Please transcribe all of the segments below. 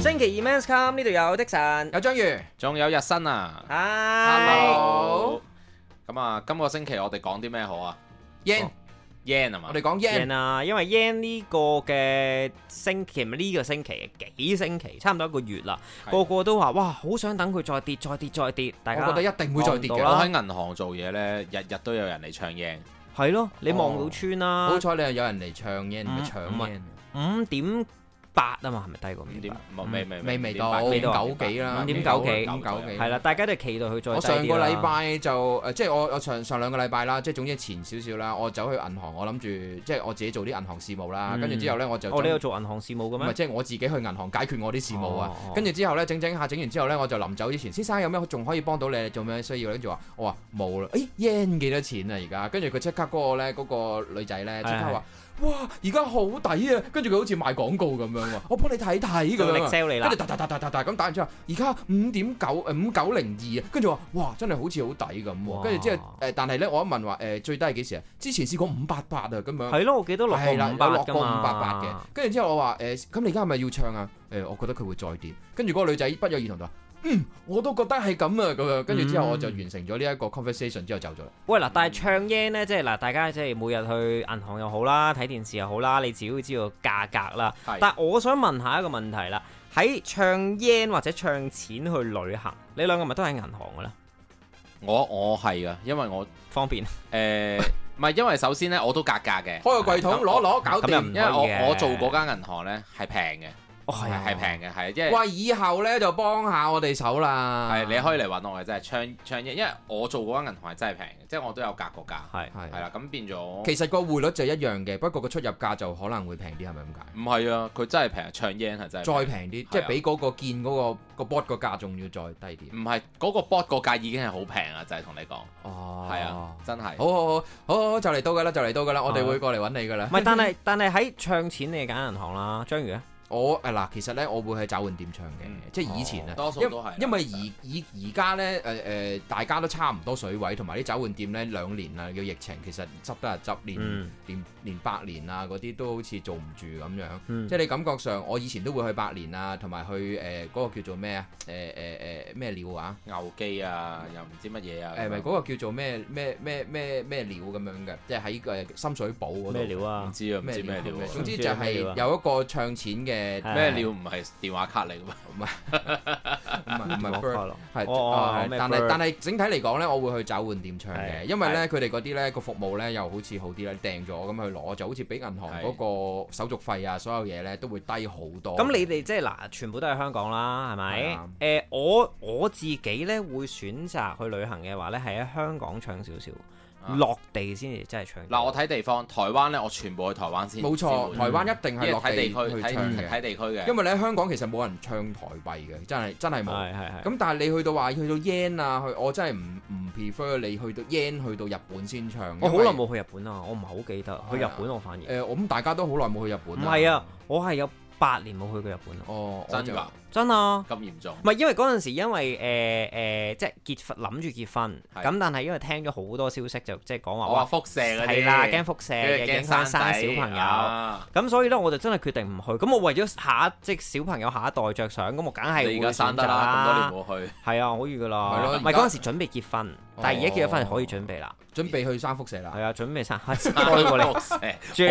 星期二 Men's Come 呢度有的神，有章魚，仲有日新啊係，hello，咁啊，今個星期我哋講啲咩好啊 yen， ？yen 係嘛我？哋講 yen yen，啊，因為 yen 呢個嘅星期唔係呢個星期幾星期，差唔多一個月啦，係個個都話哇，好想等佢再跌，再跌，再跌，大家我覺得一定會再跌望唔嘅到我啦喺銀行做嘢呢，日日都有人嚟唱 yen，係咯，你望哦到穿啦，好彩你係有人嚟唱 yen，唔係唔搶係 yen，五點八啊嘛，係咪低過五五點點八？冇未未未未到五點八五九幾啦五點五九幾五九幾係啦，大家都係期待佢再我低啲啦上個禮拜就呃誒，即係我我上上兩個禮拜啦，即係總之前少少啦，我走去銀行，我諗住即係我自己做啲銀行事務啦，嗯跟住之後咧我就哦，你有走做銀行事務嘅唔係咩？即係我自己去銀行解決我啲事務啊哦哦。跟住之後咧整整下整完之後咧，我就臨走之前，先生有咩仲可以幫到你？做咩需要咧？跟住話我話冇啦。誒 yen 幾多錢啊？而家跟住佢即刻嗰個咧嗰個女仔咧即刻話。哇！而家好抵啊，跟住佢好似賣廣告咁樣喎，我幫你睇睇咁就力樣啊 sell 你啦跟住，打打打打打打咁打完之後，而家五點九誒呃五九零二啊，跟住話哇真係好似好抵咁喎，哇跟住之後誒，但係咧我一問話誒最低係幾時啊？之前試過五八八啊咁樣，係咯，我記得落過係啦，五有百落㗎過五嘛，八八嘅，跟住之後我話誒，咁你而家係咪要唱啊？誒，我覺得佢會再跌，跟住嗰個女仔不約而同就話。嗯，我都覺得係咁啊，咁樣跟住之後我就完成咗呢一個 conversation 之後走咗啦。喂嗱，但係唱 yen 咧，即係嗱，大家即係每日去銀行又好啦，睇電視又好啦，你自己會知道價格啦。係但我想問下一個問題啦，喺唱 yen 或者唱錢去旅行，你兩個咪都喺銀行嘅啦，我我係噶，因為 我方便。誒唔係因為首先呢，我都格價嘅，開個櫃桶咁攞攞搞咁又唔掂因。可以為嘅我我做嗰間銀行呢係平嘅，哦，係啊係係平嘅，係因為喂，以後咧就幫下我哋手啦。係你可以嚟揾我嘅，真係唱唱 yen，因為我做嗰間銀行係真係平嘅，即係我都有格過價，係係啊係啦，咁變咗其實個匯率就一樣嘅，不過個出入價就可能會平啲，係咪咁解？唔係啊，佢真係平，唱 yen 啊嗯係真係平再平啲，即係比嗰個建嗰個個 bot 個價仲要再低啲。唔係嗰個 bot 個價已經係好平啊，就係同你講，哦係啊，，真係。好好好好好，就嚟到㗎啦，就嚟到㗎啦，我哋會過嚟揾你㗎啦唔。係，但係但係喺唱錢你係揀銀行啦，章魚咧， 啊我誒嗱，其實咧我會喺找換店唱嗯嘅，即係以前啊哦，多數因都係啦因為其實而而而家咧誒誒，大家都差唔多水位，同埋啲找換店咧兩年啊啦，叫疫情，其實執得就執，連嗯連連百年啊嗰啲都好似做唔住咁樣。嗯即係你感覺上，我以前都會去百年啊，同埋去誒嗰、個叫做咩啊？誒誒誒咩料啊？牛機啊，又唔知乜嘢啊。誒咪咁樣嗰個叫做咩咩咩咩咩料咁樣嘅，即係喺誒深水埗嗰度。咩料唔啊？知啊，唔知咩料咩喎。總之就係有一個唱錢嘅係咩料唔係電話卡嚟㗎嘛？唔係唔 係我 bird 快樂係，哦啊咩但係 bird 但係整體嚟講咧，我會去找換店唱嘅，係因為咧佢哋嗰啲咧個服務咧又好似好啲咧，訂咗咁去攞，就好似比銀行嗰個手續費啊，所有嘢咧都會低好多。咁你哋即係嗱，全部都喺香港啦，係係咪啊？誒、我我自己呢會選擇去旅行嘅話呢，係喺香港唱少少，啊落地先至真係唱。嗱，我睇地方，台灣咧，我全部去台灣先。冇錯，先台會灣一定因係為落睇地地去區，睇唱嘅睇。地區嘅。因為咧香港其實冇人唱台幣嘅，真係真係冇。係係係。咁但係你去到話去到 yen 啊，去我真係唔唔 prefer 你去到 yen 去到日本先唱。我好耐因為。冇去日本啦，我唔係好記得啊去日本我反誒、而我咁大家都好耐冇去日本。唔係啊，，我係有八年冇去過日本啦，啊哦，我真就㗎，真啊！咁嚴重。唔係因為嗰陣時，因為誒誒，即係結婚諗住結婚，係咁但係因為聽咗好多消息，就即係講話我話哇，輻射嗰啲。哦係啦，驚輻射跟住嘅，驚影響生仔小朋友。啊咁所以咧，我就真係決定唔去。咁我為咗下一即小朋友下一代着想，咁我梗係你而會家生得啦，咁啦。多年冇去。係啊，可以噶啦。係唔咯而係家嗰陣時準備結婚，但係而家結咗婚係可以準備啦。準備去生輻射啦。係啊，準備生， 開過你，輻射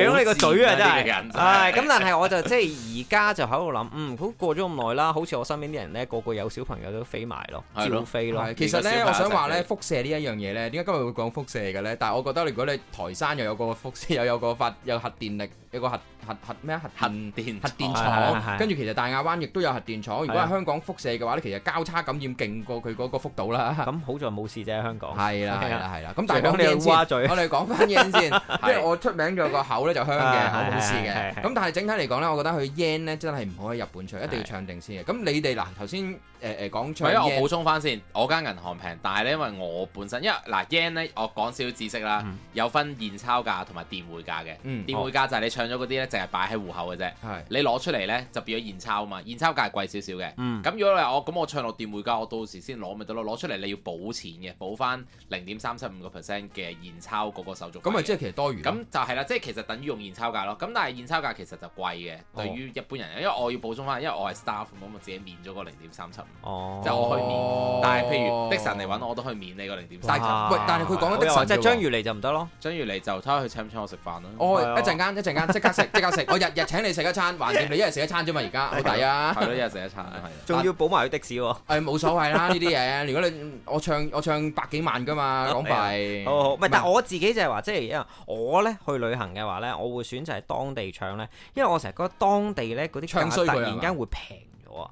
獎你個嘴啊，真好賤呢個係人。真係唉，咁但係我就即係而家就喺度諗，嗯，好過咗咁耐啦，好似我身邊啲人咧，個個有小朋友都飛埋咯，係咯照飛咯。係，其實而咧，家我小想朋友話就咧，係輻射呢一樣嘢咧，點解今日會講輻射嘅咧？但係我覺得，如果你台山又有個輻射，又有個發， 有核電力，有個核核核咩啊核核電電核電係係係廠，係跟住其實大亞灣亦都有核電廠。如果係係啊香港輻射嘅話咧，其實交叉感染勁過佢嗰個幅度啦。咁好在冇事啫，香港。係啦，係係啊啦，係啦。咁但係除講非你有 yen 先，蛙嘴我哋講 翻 yen 先，因為我出名咗個口咧就香嘅，係口冇事係係嘅。係咁但係整體嚟講咧，我覺得去 yen 咧真係唔好喺日本唱，一定要唱定先嘅。咁你哋嗱頭先誒誒講唔係，唱因為 yen 我補充翻先，我間銀行平，但係咧因為我本身，因為嗱 yen 咧，我講少少知識啦，嗯有分現鈔價同埋電匯價嘅。嗯電匯價就係你唱咗嗰啲咧，淨係擺喺户口嘅啫。係你攞出嚟咧就變咗現鈔啊嘛，現鈔價係貴少少嘅。嗯，咁如果你話哦我咁我唱落電匯價，我到時先攞咪得咯，攞出嚟你要補錢嘅，補翻零點三七五個 percent 嘅現鈔嗰個手續費嘅。咁咪即係其實多餘咯。咁就係啦，即係其實等於用現鈔價咯。咁但係現鈔價其實就貴嘅，哦對於一般人，因為我要補充翻，因為我係 staff，咁我自己免咗個零點三七五。哦，就我去面哦但係譬如的神嚟揾我，我都可以免你個零點但三七。哇喂但係佢講得好的神有話即啫係喎章魚嚟就唔得咯，張如嚟就睇下佢請唔請我食飯啦。我係啊一陣間一陣間即刻食即刻食，我日日請你食一餐，橫掂你一日食一餐啫嘛， 而家好抵啊！係咯，一日食一餐係。仲要補埋佢的士喎。誒冇所謂啦呢啲嘢，如果你我唱我唱百幾萬噶嘛港幣，好好，唔係，但係我自己就係話，即係因為我咧去旅行嘅話咧，我會選就係當地唱咧，因為我成日覺得當地咧嗰啲唱價衰佢突係然嘛間會平咗啊，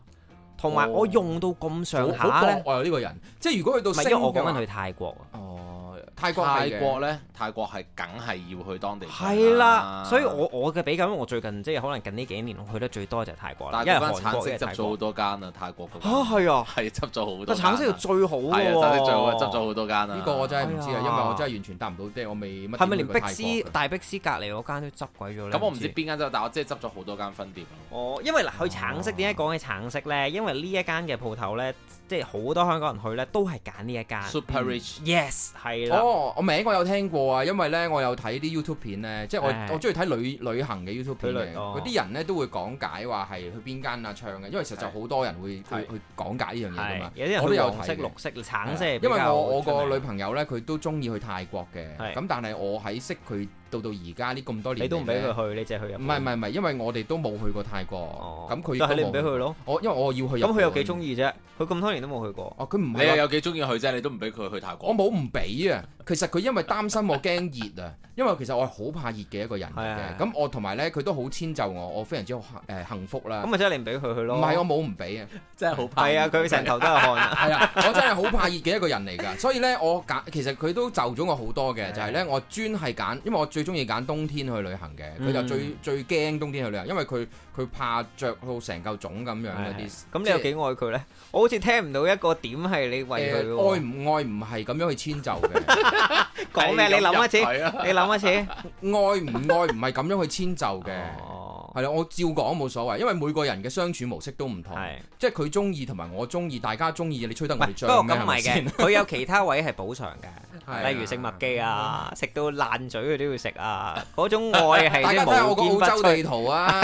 同埋哦我用到咁上好下好咧，博愛呢個人，即係如果去到唔係星因為我嘅講話緊去泰國啊。哦，泰國泰係嘅國啊咧，泰國係梗係要去當地。啊係啦，所以我我嘅比較，我最近即係可能近呢幾年我去得最多就係泰國啦，但因為係嗰間韓橙國色嘅執泰咗好國多間啊，泰國嗰嚇間係啊，係執咗好多個間啊。橙色係最好係嘅啊，橙色喎，最好啊，執咗好多間啊。呢個我真係唔知哎啊，呀因為我真係完全答唔到，即係我未乜係咪連點去過碧泰斯國啊㗎大碧斯隔離嗰間都執鬼咗咧？啊咁我唔知邊間執，但我即係執咗好多間分店啊咯。哦，因為嗱，去橙色點解講起橙色咧？因為呢一間嘅鋪頭咧，即係好多香港人去咧，都係揀呢一嗯間。 Super Rich Yes，係啦，哦，我名我有聽過啊，因為咧我有睇啲 YouTube 片咧，即係係我係我中意睇旅旅行嘅 YouTube 片旅嘅，遊哦嗰啲人咧都會講解話係去邊間啊唱嘅，因為實在好多人會係會去講解呢樣嘢噶係嘛。有啲人我都去有黃色、睇嘅綠色、橙色係比因為較我我個出名女朋友咧，佢都中意去泰國嘅，係咁但係我喺識佢到到而家呢咁多年，你都唔俾佢去，你淨係去日唔本。係唔係唔係，因為我哋都冇去過泰國哦，，咁佢亦就係你都唔俾冇佢咯。我因為我要去日咁佢有幾中意？意啊啫？佢咁多年都冇去過。哦，佢唔你係又話啊有幾中意去啫？你都唔俾佢去泰國哦我。冇唔俾啊，其實佢因為擔心我驚熱啊，因為其實我係好怕熱嘅一個人嚟係啊嘅。咁我同埋咧，佢都好遷就我，我非常之好誒幸福啦咁。咪即係你唔俾佢去咯。唔係我冇唔俾啊，真係好怕。係啊，佢成頭都係 汗啊。係啊， 我真係好怕熱嘅一個人嚟㗎。所以咧，我揀其實佢都就咗我好多嘅，係啊就係咧我專係揀，因為我最中意揀冬天去旅行嘅。佢就最嗯最驚冬天去旅行，因為佢佢怕着到成嚿腫咁樣嗰啲。咁你有幾愛佢咧？我好似聽唔到一個點係你為誒佢呃愛喎。唔愛唔係咁樣去遷就嘅。講咩？你諗一次，啊係啊。你諗一次。愛唔愛唔係咁樣去遷就嘅，哦，係啦，我照講冇所謂，因為每個人嘅相處模式都唔同，係。即係佢中意同埋我中意，大家中意，你吹得唔我係，哋不漲過咩？咁唔係嘅， 佢有其他位係補償係啊嘅，例如食麥記啊，食到爛嘴佢都要食啊，嗰種愛係大即家係睇下無我個堅不澳洲摧，地圖 啊，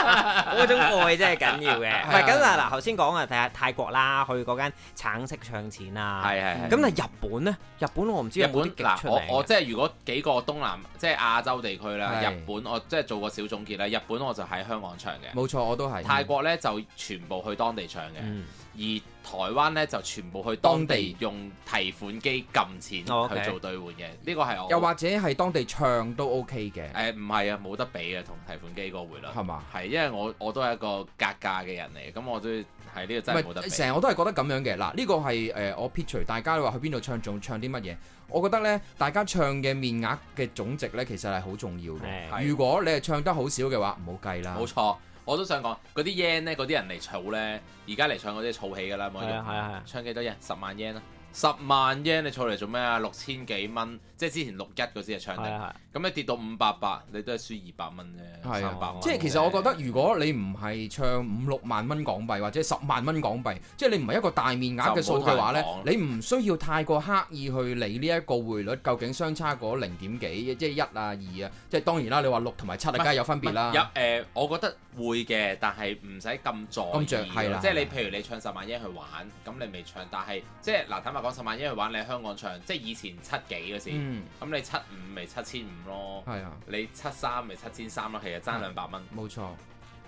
嗰種愛真係緊要嘅。啊唔係咁啊，嗱頭先講啊，睇下泰國啦，去嗰間橙色唱錢啊，係係係。咁但係日本咧，日本我唔知嗯日有本冇啲嗱極，出名我我嘅。即係如果幾個東南即係亞洲地區啦，係日本我即係做個小總結啦。日本我就喺香港唱嘅，冇錯，我都係泰國呢就全部去當地唱嘅，嗯，而台灣呢就全部去當當地地用提款機撳錢哦，OK 去做兌換嘅。呢個係我又或者係當地唱都 OK 嘅，誒唔係啊，冇得比啊，同提款機個匯率係嘛？係因為我我都係一個格價嘅人嚟，咁我都係呢個真唔係冇得比。成日我都係覺得咁樣嘅。嗱，呢個係誒我撇除大家話去邊度唱，仲唱啲乜嘢？我覺得呢，大家唱嘅面額嘅總值呢，其實係好重要嘅。係如果你係唱得好少嘅話，唔好計啊啦。冇錯，我都想講嗰啲 yen 咧，嗰啲人嚟儲咧，而家嚟唱嗰啲儲起㗎啦，冇係啊係啊係啊唱幾多 yen？十萬 yen 啦，十萬 yen 你儲嚟做咩啊？六千幾蚊，即係之前六一嗰時係唱係定，啊咁你跌到五百八，你都係輸二百蚊啫，係三百啊蚊啫。即係其實我覺得，如果你唔係唱五六萬蚊港幣或者十萬蚊港幣，即係你唔係一個大面額嘅數嘅話呢就唔好，太你唔需要太過刻意去理呢一個匯率究竟相差嗰零點幾，即係一啊二啊，即係當然啦，你話六同埋七啊，唔係梗係有分別啦有。誒、我覺得會嘅，但係唔使咁在咁着意係啦咯即係你係啦譬如你唱十萬 yen 去玩，咁你未唱，但係即係嗱坦白講，十萬 yen 去玩，你喺香港唱，即係以前七幾嗰時，咁、嗯，你七五咪七千五咯，係啊，你七三咪七千三咯，其實嗯爭兩百蚊。冇錯，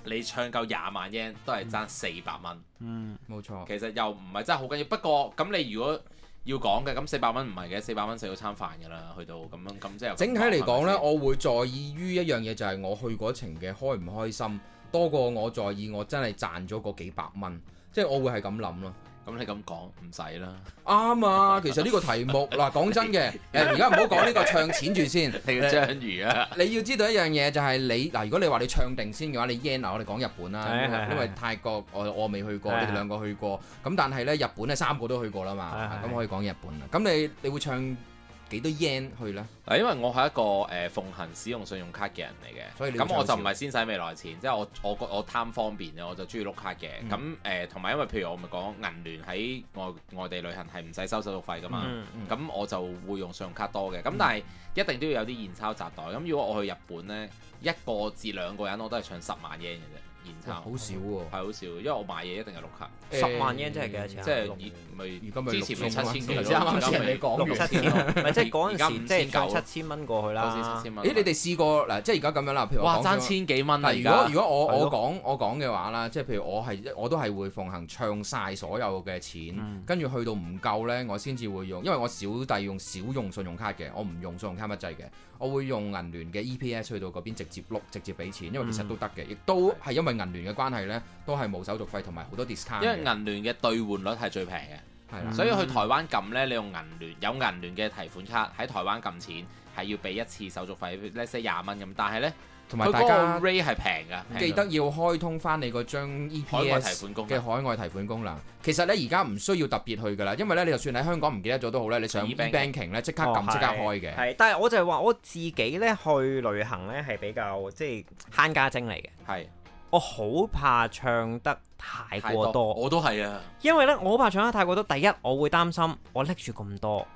你唱夠廿萬 yen 都係爭四百蚊，嗯，冇錯。其實又唔係真係好緊要。不過咁你如果要講嘅，咁四百蚊唔係嘅，四百蚊食到餐飯㗎啦，去到咁樣咁即係整體嚟係講咪呢，先我會在意於一樣嘢，就係我去嗰程嘅開唔開心，多過我在意我真係賺咗嗰幾百蚊。即係我會係咁諗咯。咁你咁講唔使 啦，啱啊，其實呢個題目嗱，講真嘅，誒而家唔好講呢個唱錢住先。你嘅章魚啊，你要知道一樣嘢就係你嗱，如果你話你唱定先嘅話，你 yen 嗱，我哋講日本係啦，係因為係泰國我我未去過，係你哋兩個去過，咁但係咧日本咧三個都去過啦嘛，係係咁可以講日本啦。咁你你會唱幾多 yen 去咧？嗱，因為我係一個誒、呃、奉行使用信用卡嘅人嚟所以嘅，你要咁我就長唔係先使未來錢，即係我我個我貪方便嘅，我就中意碌卡嘅。嗯咁誒同埋因為譬如我咪講銀聯喺外外地旅行係唔使收手續費噶嘛。嗯嗯咁我就會用信用卡多嘅，咁但係一定都要有啲現鈔扎袋。咁如果我去日本呢，一個至兩個人我都係唱十萬 yen 嘅啫，現鈔哇好少係，喎好少，因為我買嘢一定係碌卡，十萬 yen 即係幾多即錢啊係六以咪而家咪之前咪六千七千幾咯，啱啱先人哋講完六七千咯，唔係即係嗰而家陣時，即係將5900七千蚊過去好似啦七。千蚊。咦，你哋試過嗱，即係而家咁樣啦，譬如我哇講爭咗千幾蚊啊！嗱，而如果家如果我係我咯講我講嘅話啦，即係譬如我係我都係會奉行唱晒所有嘅錢嗯，跟住、去到唔夠呢，我先至會用，因為我小弟用少用信用卡嘅，我唔用信用卡乜制嘅，我會用銀聯嘅 EPS 去到嗰邊直接碌直接俾錢，因嗯為其實都得嘅，亦都係因為銀聯嘅關係呢，都係冇手續費同埋好多 discount 因為嘅銀聯嘅兌換率係最平嘅。係啦嗯所以去台灣撳呢，你用銀聯有銀聯嘅提款卡喺台灣撳錢，係要俾一次手續費，let's say 廿蚊咁。但係呢，同佢埋嗰大家個 rate 係平㗎，平記到得要開通翻你嗰張 E 海外 EPS 提款功嘅能海外提款功能，其實咧而家唔需要特別去噶啦，因為咧你就算喺香港唔記得咗都好咧，你上 E-banking e-banking 咧即刻哦撳即刻係開嘅。係，但係我就係話我自己咧去旅行咧係比較即係慳家精嚟嘅，係我好怕唱得太太過多，我都係啊。因為咧我好怕唱得太過多。第一，我會擔心我拎住咁多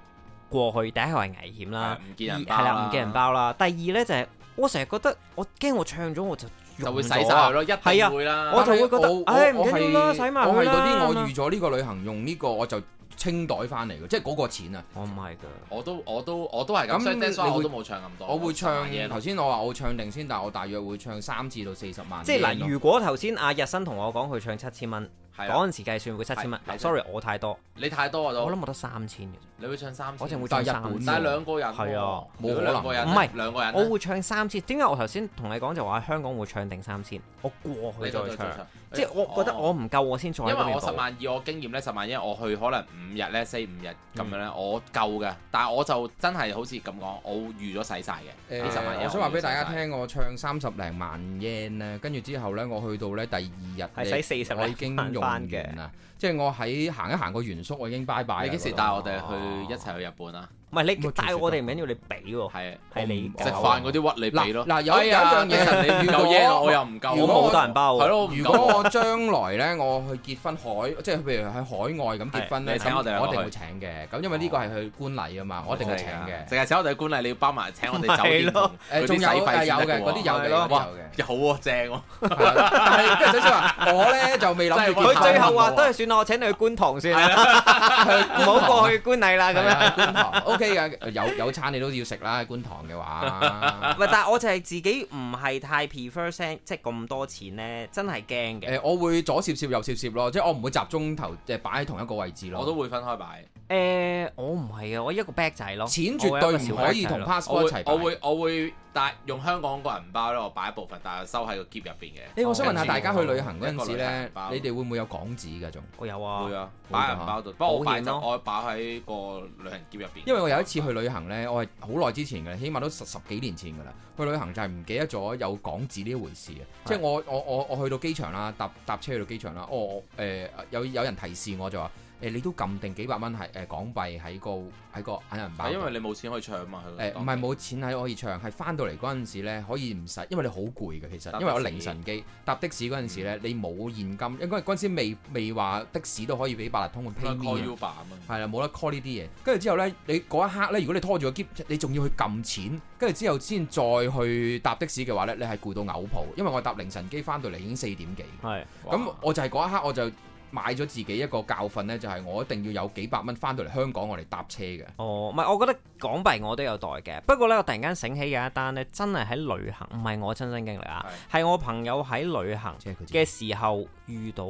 過去，第一係危險啦，係唔見人包係啦，唔見人，包啦。第二咧就係我成日覺得我驚我唱咗我就就會用洗咗晒啊佢咯，一定會啦。我就會覺得但係我唉我唔緊要啦我係使埋佢啦我係嗰啲我咁樣預咗呢個旅行用呢個我就清袋翻嚟嘅，即係嗰個錢啊！我唔係㗎。我都我都我都係咁，咁所以 that's why 你會我都冇唱咁多。我會唱嘢頭咯，先我話我唱定先，但係我大約會唱三至到四十萬 yen 咯。即係嗱，如果頭先阿日新同我講佢唱七千蚊，係啦嗰陣時計算會七千蚊係。啊係 sorry，我太多，你太多啊我都，諗我得三千嘅啫，你會唱三次，我淨會但唱係日本三千。但係喎兩個人喎係啊冇可能兩個人唔係兩個人我咧，會唱三千，點解我頭先同你講就話喺香港會唱定三千？我過去你都再再唱，即係我覺得哦我唔夠，我先再因為喺嗰邊我補十萬二，我經驗咧十萬一，我去可能五日咧，四五日嗯咁樣咧，我夠嘅。但係我就真係好似咁講，我預咗使晒嘅誒呢十萬一。我想話俾大家，聽，我唱三十零萬 yen 咧，跟住之後咧，我去到咧第二日係咧使四十我已經零萬用翻完嘅。啦，即係我喺行一行個元宿，我已經拜拜啦。你幾時嗰度帶我哋哦去一齊去日本啊？唔係咁你啊帶我哋唔緊要，你俾喎，係係你我唔食搞啊我飯嗰啲屈你俾哦嗱咯。嗱有哎有一呀樣其實嘢， 你唔如夠果 yen，我又唔夠。我如果冇我多人包啊係喎。咯，如果我將來咧，我去結婚海，即係譬如喺海外咁結婚係咧，你請咁我哋我一定落會去請嘅。咁因為呢個係佢官禮啊嘛，我一定會請嘅。淨係請我哋官禮，你要包埋請我哋酒店同誒，嗰仲啲使有誒有費先得嘅，喎嗰啲有嘅，係咯嗰啲有嘅。有喎，正喎。係啦但係跟住首先話，我咧就未諗真係住結佢婚最後話好唔好啊都係算啦，我請啊你去觀塘算啦， 唔好過去觀禮啦咁係樣。啊觀塘 OK à, 嘅，有有餐你都要食啦，觀塘嘅話。 唔係，但係我就係自己唔係太 prefer 聲，即係咁多錢咧，真係驚誒、嘅。我會左攝攝右攝攝咯，即係我唔會集中頭誒擺喺同一個位置咯。我都會分開擺，誒，我唔係啊，我一個 bag 仔咯，錢絕對唔可我有一以同個小 bag 仔咯 passport 我一齊會擺我會我會帶用香港個銀包咧，我擺一部分，但係收喺個篋入邊嘅。誒，我想問下哦大家去旅行嗰陣時一個旅咧行包，你哋會唔會有港紙㗎仲？我有會啊，啊，會㗎擺銀包度，不過我保擺險咯就我擺喺個旅行篋入邊。因為我有一次去旅行咧，我係好耐之前㗎啦，起碼都十十幾年前㗎啦。去旅行就係唔記得咗有港紙呢一回事啊！係即係我我我我去到機場啦，搭搭車去到機場啦，哦我誒有有人提示我就話誒你都撳定幾百蚊係誒港幣喺個喺個銀銀包係度。因為你冇錢可以唱嘛，佢誒唔係冇錢喺可以唱，係翻到嚟嗰陣時咧可以唔使，因為你好攰嘅其實，因為我凌晨機搭的士嗰陣時咧，你冇現金，因為嗰陣時未未話的士都可以俾八達通去 pay call me 啊 Uber 啊嘛，係啦，冇得 call 呢啲嘢。跟住之後咧，你嗰一刻咧，如果你拖住個篋，你仲要去撳錢，跟住之後先再去搭的士嘅話咧，你係攰到嘔泡，因為我搭凌晨機翻到嚟已經四點幾。係咁我就係嗰一刻我就買咗自己一個教訓咧，就係、我一定要有幾百蚊翻到嚟香港，我嚟搭車嘅。哦，唔係，我覺得港幣我都有袋嘅。不過咧，我突然間醒起有一單咧，真係喺旅行，唔係我親身經歷啊，係我朋友喺旅行即係佢自己嘅時候遇到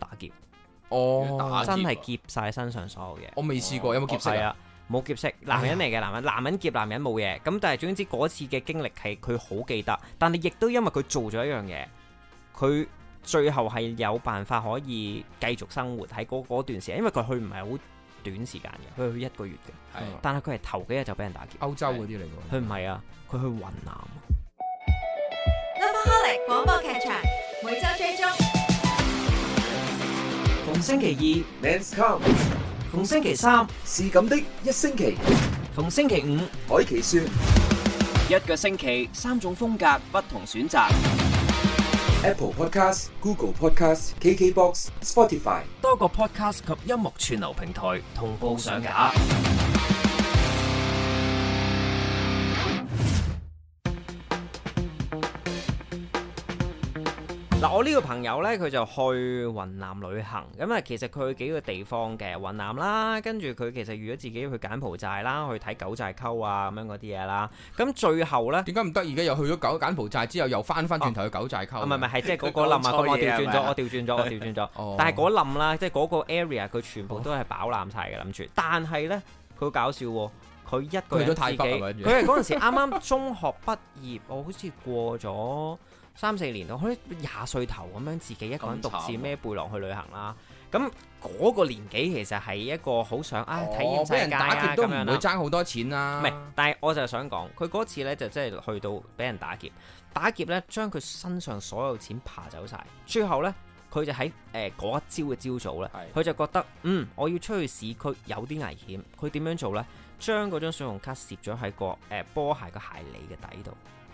打劫，哦，打劫啊真係劫晒身上所有嘢。我未試過，有冇劫色係啊？啊，冇劫色，男人嚟嘅男人，男人劫男人冇嘢。咁但係總之嗰次嘅經歷係佢好記得，但係亦都因為佢做咗一樣嘢，佢最後係有辦法可以繼續生活喺嗰嗰段時間，因為佢去唔係好短時間嘅，佢去一個月嘅，係嗯但係佢係頭幾日就俾人打劫。歐洲嗰啲嚟佢㗎。唔係啊，佢去雲南。 Lovaholic 廣播劇場每周追蹤。逢星期 Men's Come 二、逢星期三、是咁的一星期，逢星期五。海奇說一個星期三種風格，不同選擇， Apple Podcast、Google Podcast、KKBox、Spotify 多個 podcast 及音樂串流平台同步上架。嗱，我呢個朋友呢，佢就去雲南旅行，咁啊，其實佢去幾個地方嘅雲南啦，跟住佢其實預咗自己去柬埔寨啦，去睇九寨溝啊咁樣嗰啲嘢啦，咁最後呢。點解唔得？而家又去咗九柬埔寨之後，又翻翻轉頭去九寨溝。啊，唔係唔係，係即係嗰佢個冧啊！講錯咁我嘢調係轉咪咗，啊我調轉咗，我調轉咗哦。但係嗰冧啦，即係嗰個 area 佢全部都係飽攬晒嘅諗住，但係咧佢好搞笑喎，佢一個人去咗自己，泰北係咪佢跟住係嗰陣時啱啱中學畢業，我好似過咗三四年咯，好似廿歲頭咁樣自己一個人咁慘獨自孭背囊去旅行啦。咁嗰個年紀其實係一個好想啊體驗哦俾世人界打啊劫咁都樣唔啦會爭好多錢啦。唔係，但係我就係想講，佢嗰次咧就真係去到俾人打劫，打劫咧將佢身上所有錢爬走晒。最後咧佢就喺誒嗰一朝嘅朝早咧，係佢就覺得嗯我要出去市區有啲危險，嗯佢點樣做咧？將嗰張信用卡攝咗喺個誒、呃波鞋個鞋裏嘅底度，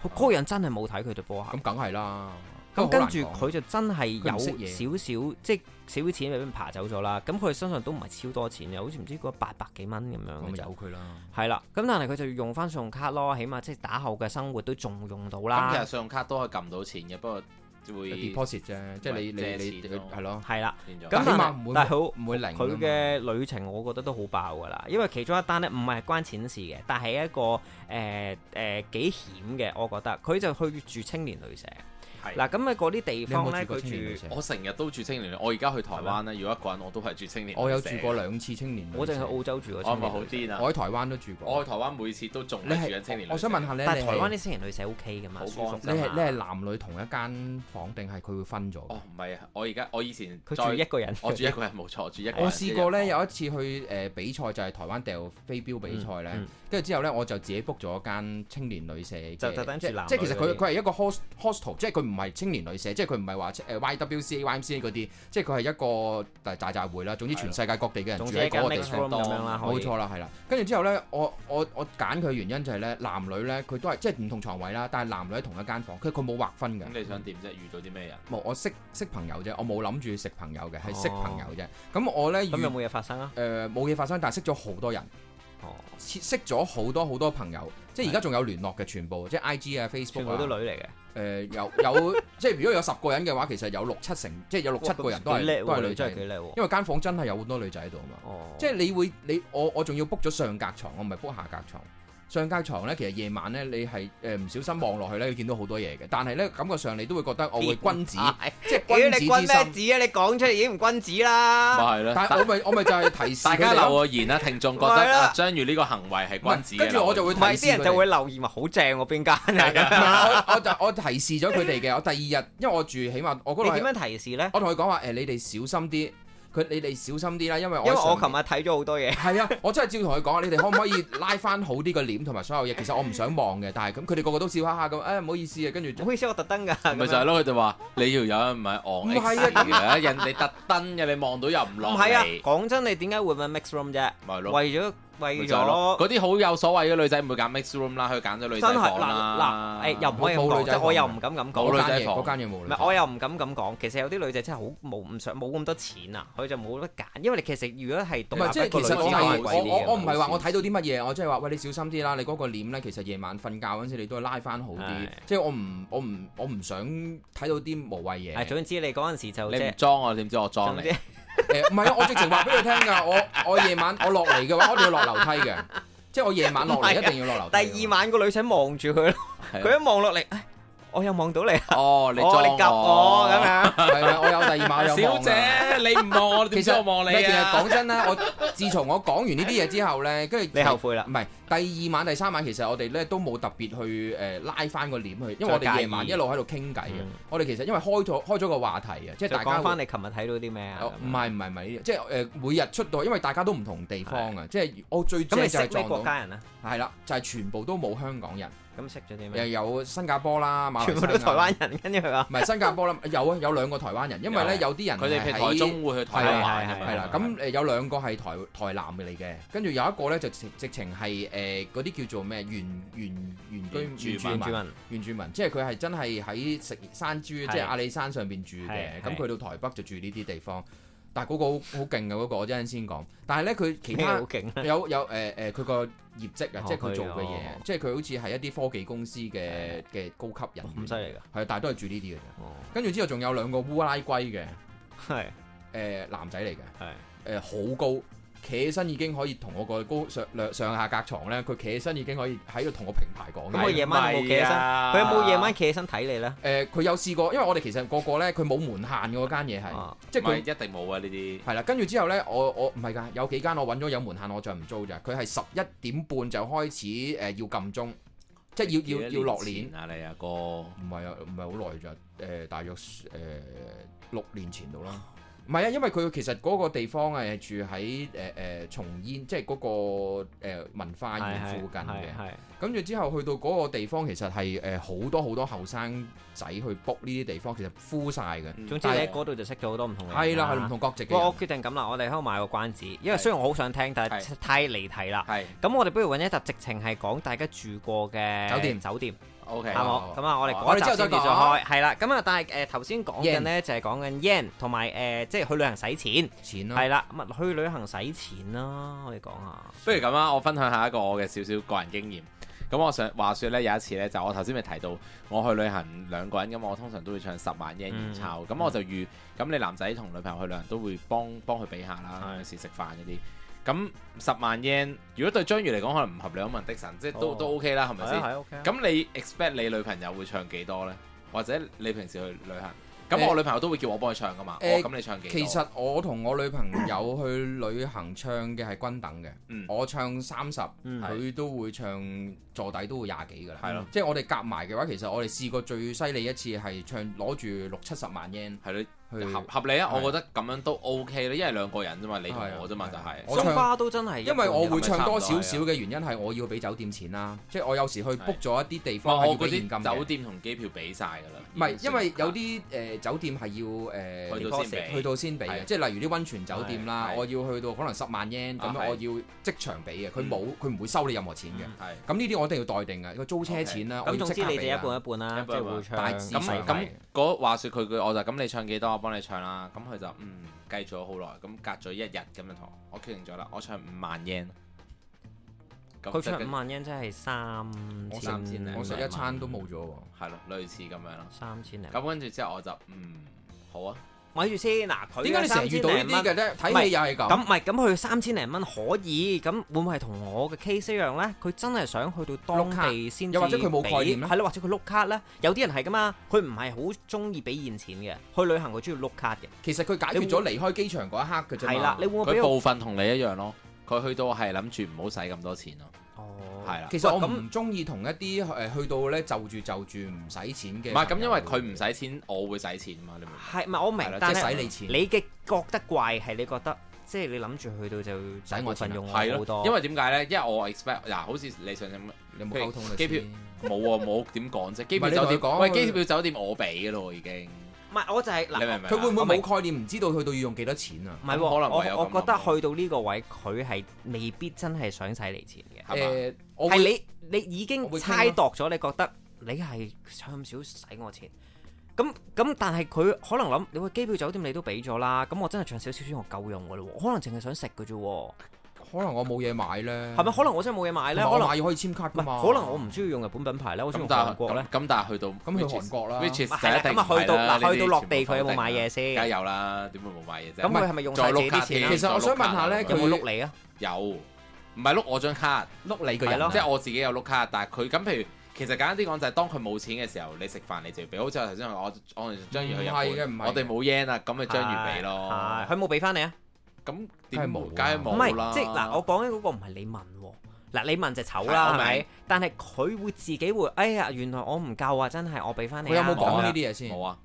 佢嗰個人真係冇睇佢對波鞋咁。梗係啦。咁不跟過好難住講佢就真係佢唔識嘢有少少，即係少少錢俾人爬走咗啦。咁佢身上都唔係超多錢嘅，好似唔知嗰八百幾蚊咁樣嘅咁就由。佢啦。係啦，咁但係佢就要用翻信用卡咯，起碼即係打後嘅生活都仲用到咁其實啦。信用卡都可以撳到錢嘅，不過會 deposit 啊啫，即係你借你你錢咯係咯，係啦，變咗咁但起但碼唔係會但係好唔會零㗎佢啊嘛嘅旅程，我覺得都好爆噶啦，因為其中一單呢，唔係關錢事嘅，但係一個誒誒幾險嘅，我覺得佢就去住青年旅社。係嗱，咁啊嗰啲地你有方冇呢，住過佢青年旅住社？我成日都住青年旅，我而家去台灣咧，如果一個人我都係住青年旅社。我有住過兩次青年旅社，我淨係澳洲住過我青咪年好旅社，癲啊！我喺台灣都住我過。去台灣每次都仲你係住緊青年係旅我想問社下你，但係你台灣係啲青年旅社 O K 噶嘛，好舒服㗎你乾嘛係你係男女同一間房定係佢會分咗？哦，唔係啊！我而家我以前佢再住一個人，我住一個人冇錯，住一個啊人。哦我試過咧，一人有一次去誒比賽就係台灣掉飛鏢比賽嗯咧嗯，跟住之後咧我就自己 book 咗間青年旅社嘅，就特登住即男即係其實女佢嗰啲佢係一個 host hostel，即係佢唔係青年旅社，即係佢唔係話誒 YWCA、YMCA 嗰啲，即係佢係一個大大集會啦。總之全世界各地嘅人總住之喺一間嗰個 mix 地 d 方 room 咁樣啦，可冇以錯啦，係啦。跟住之後咧，我我我揀佢嘅原因就係咧，男女咧佢都係即係唔同床位啦，但係男女喺同一間房，佢佢冇劃分嘅。嗯咁你想點啫？遇到啲咩人？冇，我識識朋友啫，我冇諗住食朋友嘅，係識哦朋友啫。咁我咧咁有冇嘢發生啊？誒呃冇嘢發生，但係識咗好多人，哦，識識咗好多好多朋友，即係而家仲有聯絡嘅全部，即係 I G 啊、全 Facebook 部都啊，女嚟嘅。誒、有有 即係如果有十個人嘅話，其實有六七成，即係有六七個人都哇咁幾叻係喎都係你女真仔係，幾叻喎。因為間房真係有好多女仔喺度啊嘛。哦，即係你會你我我仲要 book 咗上格床，我唔係 book 下格床。上格床咧，其實夜晚咧，你係誒唔小心望落去咧，你見到好多嘢嘅。但係咧，感覺上你都會覺得我會 à, 君 子，即係君子之心。子啊？啊你講出嚟已經唔君子啦。咪係咯，啊但係我咪我咪就係提示大家佢哋留咯啊個言啦，聽眾覺咪係得啦啊張宇呢個行為唔係係君子嘅跟住我就會啊唔提係示啲人佢就哋會留言話好正喎，邊間啊？ 唔係我我就我提示咗佢哋嘅，我第二日因為我住起碼我嗰你度點啊係，樣提示咧？我同佢講話誒，你哋小心啲，佢你哋小心啲啦，因為我因為我上琴日睇咗好多嘢。 係啊，我真係照同佢講，你哋可唔可以拉翻好啲個簾同埋所有嘢？其實我唔想望嘅，但係咁佢哋個個都笑哈哈咁，誒唔好意思啊，跟 住唔好意思，我特登㗎。咪咁就係樣咯，佢就話你要有唔係唔昂係啊 X 嘅，人哋特登嘅，你望到又唔唔落係啊，嚟，講真，你點解會揾 mix room 啫？咪係咯。為咗咪為就係咯，咗嗰啲好有所謂嘅女仔唔會揀 mix room 啦，佢揀咗真女仔係嗱房啦。嗱誒，又唔可以咁冇冇講，女即仔係我又房唔敢咁冇講女。仔嗰間嘢房嗰間嘢冇唔女仔係，我又唔敢咁講。其實有啲女仔真係好冇唔想冇咁多錢啊，佢就冇得揀。因為你其實如果係唔獨係，即立一係個其女實仔，我係係貴我啲嘅我我唔係話好我睇到啲乜嘢，我即係話喂你小心啲啦，你嗰個簾咧其實夜晚瞓覺嗰陣時你都拉翻好係啲，即係我唔我唔我唔想睇到啲無謂似嘢。係總之你嗰陣時就你即唔係裝我，點知我裝總你之？誒唔係啊，我直情話俾佢聽㗎，我我夜晚我落嚟嘅話，我一定要落樓梯嘅，即係我夜晚落嚟一定要落樓梯㗎。第二晚個女仔望住佢咯，係啊佢一望落嚟，唉我有望到你，哦，你哦裝你夾我咁樣，係啊，我有第二碼有小望啊。姐，你唔望我，其點知實我望唔係你其實啊？講真啦，我自從我講完呢啲嘢之後咧，跟住你後悔啦啊唔。係第二晚、第三晚，其實我哋咧都冇特別去誒、呃拉翻個簾去，再因為我介意哋夜晚一路喺度傾偈嘅。嗯我哋其實因為開咗開咗個話題啊，即就係大家講會翻你琴日睇到啲咩啊？哦咁唔樣係唔係唔係呢啲，即係誒、呃每日出到，因為大家都唔同地方啊，即係我最咁正你識就係咩撞國到家人啊？係啦，就係、全部都冇香港人，咁識咗啲又咩？有新加坡啦、馬來西全亞部都台灣人，跟住佢話唔係新加坡啦，有啊有兩個台灣人，因為咧有啲人佢哋譬係如台喺中啊會去台灣玩咁樣係啦，咁誒有兩個係台台南嘅嚟嘅，跟住有一個咧就直直情係誒嗰啲叫做咩原原原居原原住原住住民民原住民，即係佢係真係喺食山豬，即係係阿里山上邊住嘅，係咁佢到台北就住呢啲地方。但係嗰個好好勁嘅嗰個，我一陣先講。但係咧佢其咩好他勁 啊？有有誒誒佢個業績啊，哦即係佢做嘅佢哦嘢，即係佢好似係一啲科技公司嘅嘅高級人咁員，犀利㗎！係但係都係住呢啲嘅啫。哦，跟住之後仲有兩個烏拉圭嘅係誒男仔嚟嘅。係誒好高，企起身已經可以同我個高上兩上下隔床咧，佢企起身已經可以喺度同我平排講咁我嘢。夜晚有冇企起身 À. 佢有冇夜晚企起身睇你咧？誒，呃佢有試過，因為我哋其實個個咧，佢冇門限嘅嗰間嘢係，啊即係唔係佢一定冇啊呢啲。係啦。跟住之後咧，我我唔係㗎，有幾間我揾咗有門限，我就唔租咋。佢係十一點半就開始誒、要撳鐘，即係要要要落鏈。啊你阿哥。唔係啊，唔係好耐咋，誒、大約誒、六年前度啦。唔係啊，因為佢其實嗰個地方係住喺誒誒松煙，即係嗰、個、呃、文化園附近嘅。係係跟住之後去到嗰個地方，其實係誒好多好多後生仔去 book 呢啲地方，其實 full 晒嘅。總之你喺嗰度就識咗好多唔同嘅人係啦，係唔。同國籍嘅喂嗯我人。決定咁啦，我哋喺度賣個關子，因為係雖然我好想聽，但係係太離題啦。係咁我哋不如揾一集直情係講大家住過嘅酒店酒店， OK，啱冇？咁啊，我哋好嗰我一集哋之先後再至再講開，係啦。咁啊，但係誒頭先講緊 Yen 咧就係講緊 yen 同埋誒，即係去旅行使錢，錢啦、係啦。咁啊，去旅行使錢啦，我哋講下。不如咁啊，我分享下一個我嘅少少個人經驗。咁我想話說咧，有一次咧，就我頭先咪提到我去旅行兩個人咁，我通常都會唱十嗯萬 yen 現鈔。咁、我就預咁你男仔同女朋友去旅行都會幫幫佢比下啦，係有時食飯嗰啲。咁十萬 yen 如果對章魚嚟講可能唔合理，咁問的神即係都、哦都 OK 啦，係咪啊先？係 OK 咁咁你 expect 你女朋友會唱幾多呢？或者你平時去旅行，咁誒我女朋友都會叫我幫佢唱噶嘛？誒哦，咁你唱幾多？其實我同我女朋友去旅行唱嘅係均等嘅，嗯我唱三十，嗯佢都會唱坐底都會廿幾㗎啦。係咯即係我哋夾埋嘅話，其實我哋試過最犀利一次係唱攞住六七十萬 yen 係咯。去合合理啊，係我覺得咁樣都 OK 啦，因為兩個人啫嘛，你同我啫嘛，就係啊係。我唱送花都真係一因為我會唱半多少日啊少嘅原因係我要俾酒店錢啦，即係我有時去 book 咗一啲地唔係方係要我嗰俾現金啲酒嘅，店同機票俾晒㗎啦。唔係因為有啲誒酒店係要嗯去誒。到先俾，去到先俾係嘅，即係例如啲温泉酒店啦係，係我要去到可能十萬 yen 咁啊樣，係嗯我要即場俾嘅，佢冇佢唔會收你任何錢嘅。係。咁呢啲我一定要待定嘅，個租車錢啦，我咁要總即之刻你哋俾啊一啦。半一半啦，一半一即半係會唱大致咁上細份係咁嗰話説佢佢我就咁你唱幾多，我幫你唱啦。咁佢就嗯計咗好耐，咁隔咗一日咁就同我，我決定咗啦，我唱五萬 yen。咁佢就唱跟五萬 y 真係三我千，三千零我食一餐都冇咗喎。係咯，類似咁樣咯。三千零。咁跟住之後我就嗯好啊，咪住先，嗱，佢點解你成日遇到呢啲嘅嘅？咧？唔係睇戲又係咁咁。唔係，咁佢三千零蚊可以，咁會唔會係同我嘅 case 一樣咧？佢真係想去到當地先至俾，又或者佢冇概念呢係咯，或者佢碌卡咧？有啲人係噶嘛，佢唔係好中意俾現錢嘅，去旅行佢中意碌卡嘅，其實佢解決咗離開機場嗰一刻嘅啫嘛。係啦，你會唔會佢俾我？部分同你一樣咯，佢去到係諗住唔好使咁多錢咯，哦，係啦。其實我喂咁唔中意同一啲誒去到咧就住就住唔使錢嘅朋友。唔係咁，因為佢唔使錢，我會使錢嘛，你明唔明？係咪我明係啦，但即係係使你錢你嘅覺得怪係你覺得，即係你諗住去到就使我錢啊用我係好咯多，，因為點解咧？因為我 expect 嗱，好似你上次咁你有冇溝通啊？機票 冇喎，冇點講啫。機票唔係你酒店同佢講喂，佢機票酒店我俾嘅咯，已經。唔係我就係嗱你明唔明啊？佢會唔我會明冇概念，唔知道去到要用幾多錢啊？唔係喎，咁可能唯有我我咁覺得諗去到呢個位，佢係未必真係想使你錢嘅，係嘛？誒，我會係你你已我經會傾咯猜度咗，你覺得你係想咁少使我錢。咁咁，但係佢可能諗，你個機票酒店你都俾咗啦，咁我真係唱少少錢我夠用噶啦喎，可能淨係想食嘅啫喎，可能我冇嘢買咧。係咪？可能我真係冇嘢買係咧，咧？可我能買要可以簽卡唔㗎嘛？係，可能我唔中意用日本品牌咧，我中意用咁但韓係國咧咁。咁但係去到咁去 which 韓 is- 國啦。 ，which is 係就啦一定咁啊唔係去到啦嗱呢啲去到落地全部佢有冇否定啦啊買嘢先梗係有啦，點會冇買嘢啫？咁佢係咪用再晒自己碌卡啲錢啊？添其實我想問下咧再有碌卡佢冇碌你啊？有唔係碌我張卡？碌你個係人咯即係我自己有碌卡，但係佢咁譬如其實簡單啲講就係當佢冇錢嘅時候，你食飯你就要俾。好似我頭先話我我哋章魚去日唔係嘅本，唔係嘅我哋冇 yen 啊，咁咪章魚俾咯係。佢冇俾翻你啊？咁梗係點冇冇？啊梗係唔冇啦。係，即係嗱，我講緊嗰個唔係你問喎。嗱，你問就醜係啦，我係咪明？但係佢會自己會，哎呀，原來我唔夠啊，真係我俾翻你佢有啊。冇咁講樣呢啲嘢先？冇啊，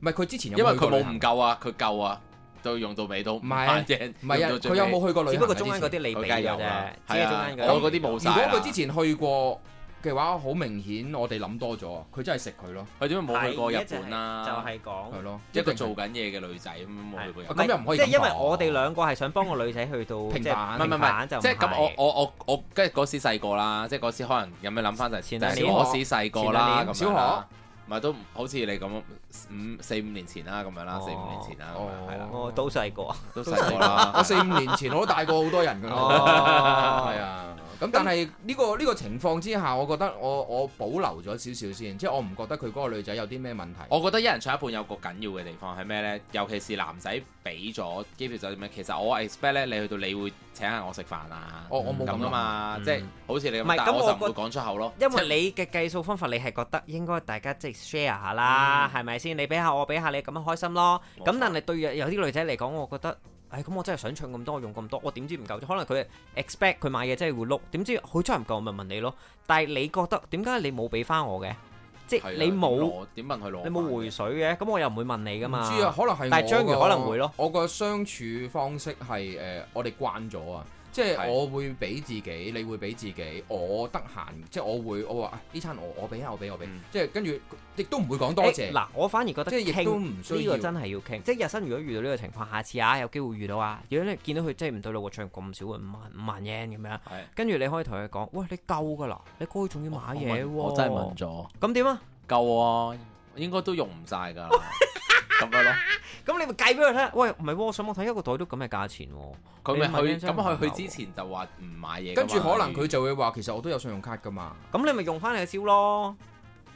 唔係佢之前有因為去佢過冇旅行唔夠啊，佢夠啊，到用到尾都唔唔係係 yen，唔係啊，用到最佢有尾冇去過旅行啊？只不過中間嗰之啲你佢俾梗係嘅有啫啦，，只係中啊間，嗰我啲。嗰啲冇前，晒如啦。果佢之前去過嘅話，好明顯我哋諗多咗，佢真係食佢咯，佢點解冇去過日本啦？就係講係咯，一個定係做緊嘢嘅女仔咁冇去過日啊本。咁又唔可以即係咁因為講我哋兩個係想幫個女仔去到平即係反唔係唔係平唔反就係，唔即係咁我係我我我跟住嗰時細個啦，即係嗰時可能有咩諗翻就係前就係兩年嗰時細個啦，咁前兩樣年啦唔係都唔好似你咁五四五年前啦，咁樣啦，哦四五年前啦，咁樣係啦，我都細個，都細個啦。我四五年前我都大過好多人㗎啦，哦係係啊。咁但係呢個呢個情況之下，我覺得我我保留咗少少先，即係我唔覺得佢嗰個女仔有啲咩問題。我覺得一人唱一半有個緊要嘅地方係咩呢？尤其是男仔俾咗機票酒店咧，其實我 expect 咧，你去到你會請下我食飯啊，我我冇咁咁啊啊嘛，嘛，嗯即係好似你唔咁，係但咁係我就唔我會覺講出口咯。因為你嘅計數方法，你係覺得應該大家即係 share 下啦，係咪先？你俾下我，俾下你，咁樣開心咯。冇咁錯但係對有有啲女仔嚟講，我覺得，唉，咁我真係想唱咁多，我用咁多，我點知唔夠啫？可能佢 expect 佢買嘢真係會碌，點知佢真係唔夠，我咪問你咯。但係你覺得點解你冇俾翻我嘅？即係係啊你冇點攞點問佢攞？你冇回水嘅，咁我又唔會問你噶唔嘛。知啊，可能係但係我章魚個可能會咯。我個相處方式係誒、呃我哋慣咗啊，即係係我會俾自己，你會俾自己，我得閒，即係我會我話啊呢餐我我俾啊，我俾我俾，嗯即係跟住亦都唔會講多誒謝，嗱，我反而覺得即係亦傾都唔需呢要。個真係要傾，即係日新如果遇到呢個情況，下次啊有機會遇到啊，如果你見到佢真係唔對路，我唱咁少嘅五萬五萬 yen 咁樣係，跟住你可以同佢講：喂，你夠㗎啦，你過去仲要買嘢喎。我真係問咗。咁點啊？夠啊，應該都用唔晒㗎啦， 咁樣咯。咁你咪計俾佢聽。喂，唔係喎，上網睇一個袋都咁嘅價錢喎。佢咪你問去張張咁佢朋去友之前就話唔買嘢㗎嘛，跟住可能佢就會話其實我都有信用卡㗎嘛，咁你咪用翻你嘅招咯。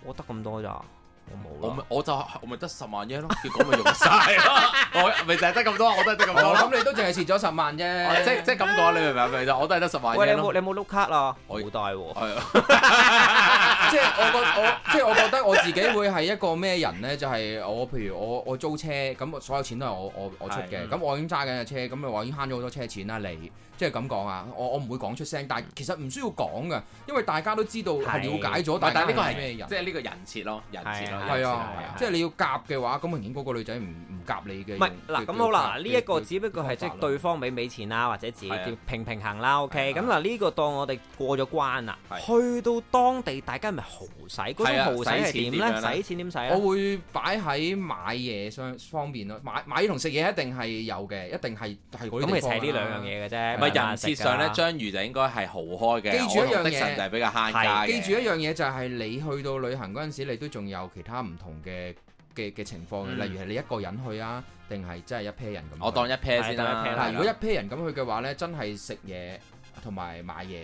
我得咁多咋，我我冇咪啦。我就我咪得十萬嘢咯，結果咪用晒咯， 我咪就係得咁多，我都係得咁多哦咯。咁你都淨係蝕咗十萬哦啫，即即咁講，你明唔明？其實我都係得十萬喂，嘢你有冇咯。你有冇碌卡啊？我冇帶喎。係啊 即係我覺我即係我覺得我自己會係一個咩人呢？就係、我譬如我我租車咁，所有錢都係我我我出嘅。係嗯咁我已經揸緊架車，咁我已經慳咗好多車錢啦。你即係咁講啊，我我唔會講出聲，但係其實唔需要講噶，因為大家都知道了係解咗唔係大但家係呢個係係咩人即。係呢個人設咯，人設咯，係係人設係啊啊，即係你要夾嘅話，咁明顯嗰個女仔唔唔夾你嘅。唔係嘅嗱，咁好啦，嘅呢一個嘅只不過係即係方法咯對方俾俾錢啦，或者自己係啊叫平平衡啦，OK。係啊咁嗱，呢個當我哋過咗關啦，係去到當地大家咪豪使，嗰種係啊豪使係點使錢點樣咧？呢使錢點使咧？我會擺喺買嘢上方面咯，買買嘢同食嘢一定係有嘅，一定係係嗰咁啲其地實方係啦呢兩樣嘢嘅啫，唔係人慢慢食設上咧，㗎章魚就應該係豪開嘅。記住我一樣嘢同的神就係比較慳家嘅。記住一樣嘢就係你去到旅行嗰陣時，你都仲有其他唔同嘅嘅嘅情況嘅，嗯例如係你一個人去啊，定係真係一 pair 人咁去。我當一 pair 先啦。係當一 pair 嗱，啦如果一 pair 人咁去嘅話呢，真係食嘢同埋買嘢。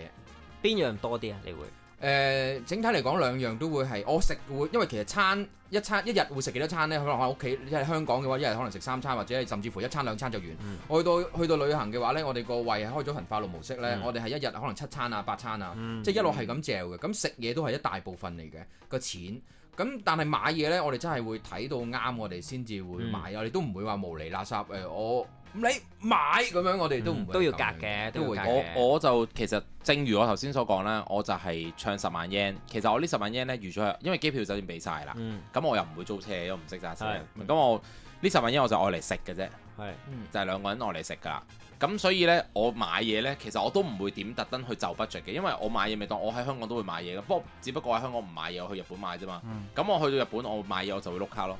邊樣多啲啊？你會誒、整體嚟講兩樣都會係我食會，因為其實餐一餐一日會食幾多餐呢？可能我喺屋企，即係香港嘅話，一日可能食三餐，或者係甚至乎一餐兩餐就完。嗯我去到去到旅行嘅話呢，我哋個胃係開咗焚化爐模式呢，嗯我哋係一日可能七餐啊八餐啊。嗯即係一路係咁嚼嘅。咁食嘢都係一大部分嚟嘅個錢。咁但係買嘢呢，我哋真係會睇到啱，我哋先至會嗯買。我哋都唔會話無厘垃圾誒、我你買咁樣，我哋都唔嗯會都要咁隔樣嘅都會都要隔嘅嘅我我就其實正如我頭先所講啦，我就係唱十萬 yen。其實我呢十萬 yen 咧預咗係，因為機票酒店俾晒啦，嗯咁我又唔會租車，又唔識揸車，係咁我呢十萬 yen 我就愛嚟食嘅啫，係就係兩個人愛嚟食噶啦。咁所以呢，我買嘢呢，其實我都唔會點特登去就 budget 嘅，因為我買嘢咪當我喺香港都會買嘢嘅，不過只不過喺香港唔買嘢，我去日本買啫嘛。嗯咁、我去到日本，我買嘢我就會碌卡咯，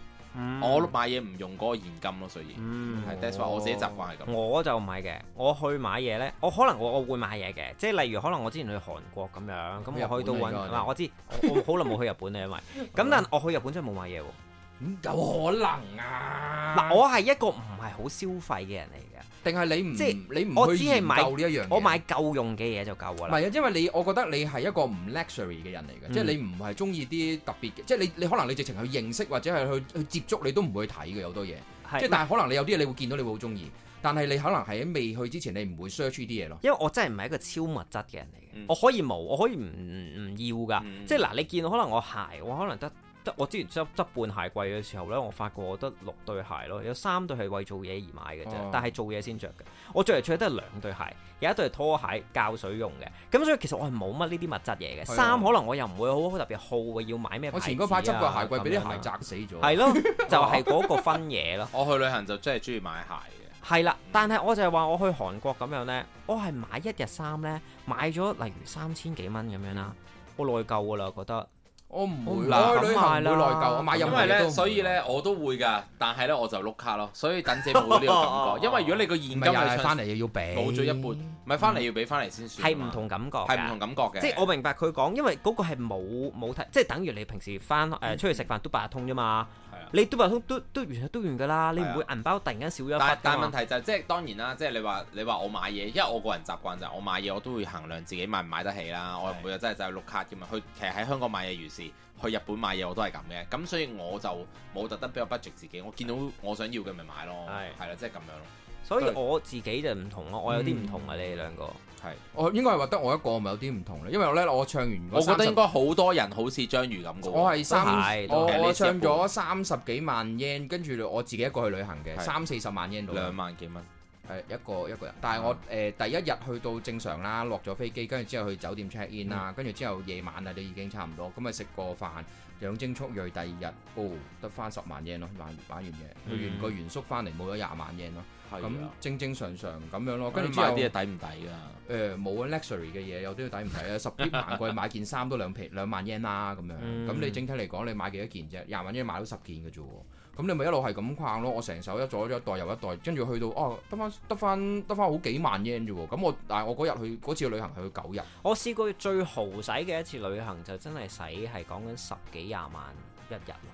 我買嘢唔用嗰個現金咯，所以嗯。係 that's why 我自己習慣係咁。我就唔係嘅，我去買嘢呢，我可能我我會買嘢嘅，即係例如可能我之前去韓國咁樣，日咁本我去到揾嚟㗎嗱，我知我我好耐冇去日本啦，因為咁但我去日本真係冇買嘢喎。嗯有可能啊？嗱，我係一個唔係好消費嘅人嚟定係你唔即係你唔我去只係研究買呢一樣嘅，嘢我買夠用嘅嘢就夠噶唔啦。係啊，因為你，我覺得你係一個唔 luxury 嘅人嚟嘅，嗯即係你唔係中意啲特別嘅，即係你你可能你直情去認識或者係去去接觸，你都唔會去睇嘅有好多嘢，係即係但係可能你有啲嘢你會見到，你會好中意，但係你可能係喺未去之前，你唔會 search 呢啲嘢咯。因為我真係唔係一個超物質嘅人嚟嘅，嗯我可以冇，我可以唔唔唔要㗎。嗯即係嗱，你見可能我鞋，我可能得得我之前執執半鞋櫃嘅時候咧，我發覺我得六對鞋咯，有三對係為做嘢而買嘅啫，哦但係做嘢先着嘅。我着嚟着去都係兩對鞋，有一對係拖鞋教水用嘅。咁所以其實我係冇乜呢啲物質嘢嘅。係啊衫可能我又唔會好好特別好嘅，要買咩我牌前嗰排子執啊個鞋櫃，俾咁樣啲啊鞋砸死咗。係 咯，就係嗰個分嘢咯。我去旅行就真係中意買鞋嘅。係啦，但係我就係話我去韓國咁樣呢，我係買一日衫呢，買咗例如三千幾蚊咁樣啦，我內疚噶啦，覺得我唔我唔會，敢我去旅行買唔會啦內疚，我買任因何為嘢都咧，唔所以會，咧我都會㗎，但係咧我就碌卡咯，所以等自己冇 哦呢個感覺。因為如果你個現金唔係又係係翻嚟又要俾，冇咗一半，唔係翻嚟要俾翻嚟先算係啊㗎嘛。唔同感覺㗎，係唔同感覺嘅。即係我明白佢講，因為嗰個係冇冇睇，即係等於你平時翻誒、呃出去食飯都八達通啫嘛係啊，你都八達通都都完都完㗎啦，你係唔啊會銀包突然間少咗一忽但但㗎嘛問題就係、即係當然啦，即係你話你話我買嘢，因為我個人習慣就係我買嘢我都會衡量自己買唔買得起啦，我又唔會真係就係碌卡嘅嘛。去其實喺香港買嘢如是，去日本買嘢我都係咁嘅，咁所以我就冇特登俾個 budget 自己，我見到我想要嘅咪買咯，係係啦，即係咁樣咯，所以我自己就唔同咯，我有啲唔同啊，嗯你哋兩個係。我應該係話得我一個，咪有啲唔同咧。因為我咧，我唱完我嗰覺得30應該好多人好似章魚咁嘅喎，我係三都係，都我係我呢隻唱半咗三十幾萬 yen，跟住我自己一個去旅行嘅，係三四十萬 yen 到啦，兩萬幾蚊，係一個一個人。但係我誒、嗯呃第一日去到正常啦，落咗飛機，跟住之後去酒店 check in 嗯啦，跟住之後夜晚啊都已經差唔多，咁啊食個飯，養精蓄鋭，第二日哦得翻十萬 yen 咯，玩玩完嘢，去完嗯個原宿翻嚟冇咗廿萬 yen 咯，係咁啊正正常常咁樣咯，跟跟住住之買後啲嘢抵唔抵㗎？誒冇啊 luxury 嘅嘢有啲要抵唔抵啊？十幾萬貴買件衫都兩皮兩萬 yen 啦咁樣，咁、嗯你整體嚟講你買幾多件啫？廿萬 yen 買到十件嘅啫喎，咁你咪一路係咁框咯。我成手一左一袋又一袋，跟住去到哦得翻得翻得翻好幾萬 yen 啫喎。咁我但係我嗰日去嗰次去旅行係去九日，我試過最豪使嘅一次旅行就真係使係講緊十幾廿萬一日咯，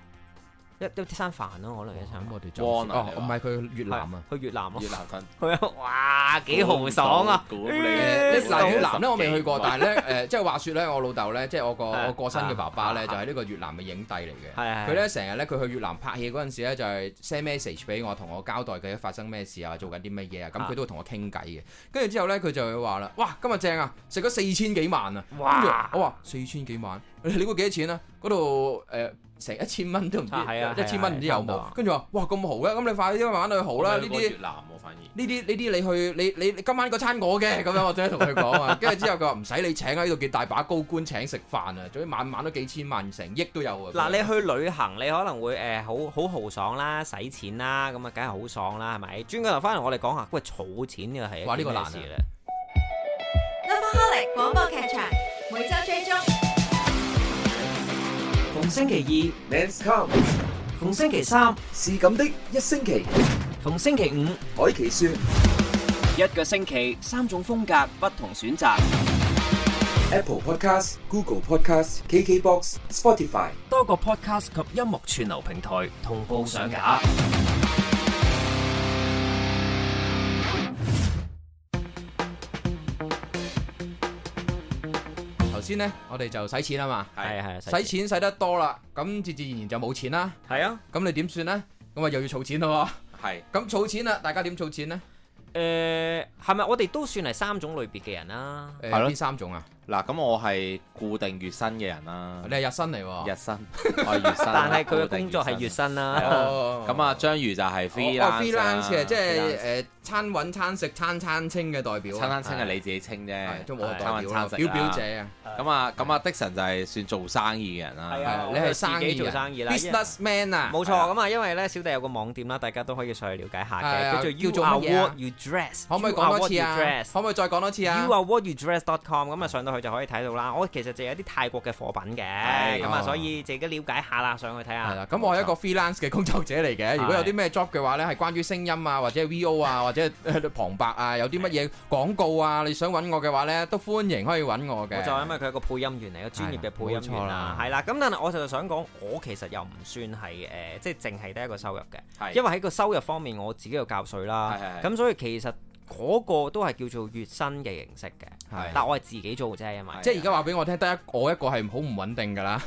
一一餐飯咯，可能一餐咁飯我哋就哇哦你唔話係佢去越南啊。係去越南咯越，南粉去啊！哇，幾豪爽啊！估唔到誒誒估唔到呃嗱你越南啊咧我未去過，十幾但係咧呃誒即係話説咧，我老豆咧即係我個係我過身嘅爸爸啊咧，就啊係呢個越南嘅影帝嚟嘅。係係佢咧成日咧，佢去越南拍戲嗰陣時咧，就係 send message 俾我，同我交代佢發生咩事啊，做緊啲乜嘢啊，咁啊佢都會同我傾偈嘅。跟住之後咧，佢就會話啦：，哇，今日正啊，食咗四千幾萬啊！跟住哇！我話四千幾萬，你估幾多錢啊？嗰度誒成一千蚊都唔知，啊係啊係啊一千蚊唔知有係啊差唔多啊冇？跟住話：，哇，咁好嘅，咁你快啲慢慢去好啦，我未去呢過啲越。南喎反而。呢啲呢啲你去你你你今晚嗰餐我嘅咁樣，我即刻同佢講啊。跟住之後佢話唔使你請啊，呢度幾大把高官請食飯啊，總之晚晚都幾千萬成億都有啊。嗱，你去旅行，你可能會誒好好豪爽啦，使錢啦，咁啊，梗係好爽啦，係咪？轉個頭翻嚟，我哋講下，喂，儲錢呢個係一哇呢件個咩難啊事咧？ Lovaholic 廣播劇場每周追蹤，逢星期 Men's Come，二、逢星期三、是咁的一星期，逢星期五，海奇說一個星期三種風格，不同選擇， Apple Podcast、Google Podcast、KKBox、Spotify。多個 podcast 及音樂串流平台同步上架。頭先呢，我哋就使錢啊嘛，係係使錢使得多啦，咁自自然然就冇錢啦。係啊，咁你點算呢？咁啊又要儲錢咯 係喎。咁儲錢啦，大家點儲錢呢？誒係咪我哋都算係三種類別嘅人啦？誒係咯邊三種啊？嗱，咁我係固定月薪嘅人啦你，哦係日薪嚟喎。日薪我係月薪，但係佢嘅工作係月薪。薪啦係。啊哦咁啊，章魚就係啊哦 free 哦 freelance 嘅，即係誒餐揾餐食餐餐清嘅代表餐啊。餐清係你自己清啫，係都冇我代餐表揾餐啦，食表啦表。姐啊，咁啊，咁啊，Dixon 就係算做生意嘅人係啦。啊係你係生我係自意己做人生意啦，business man 啊，冇錯，係啊咁啊，因為咧小弟有個網店啦，大家都可以上去了解下係嘅，啊叫做叫 You 做 Are 乜嘢啊 What You Dress。可唔可以講多次啊？可唔可以再講多次啊 You？are what you dress dot com 咁啊，上到去就可以睇到啦。我其實就有啲泰國嘅貨品嘅，係咁啊，哦所以自己了解下啦，上去睇係下。啦，咁我係一個 freelance 嘅工作者嚟嘅。如果有啲咩 job 嘅話咧，係關於聲音啊，或者 VO 啊，或者呃旁白啊，有啲乜嘢廣告啊，你想揾我嘅話咧，都歡迎可以揾我嘅。我就因為佢係啊個配音員嚟，個專業嘅配音啊係啦員冇錯啦啦，係啦。咁但係我就想講，我其實又唔算係誒，即係淨係得一個收入嘅，係因為喺個收入方面我自己有教税啦係係，係咁所以其實嗰個都係叫做月薪嘅形式嘅係，但我係自己做啫，因為係即係而家話俾我聽，得一我一個係好唔穩定㗎啦。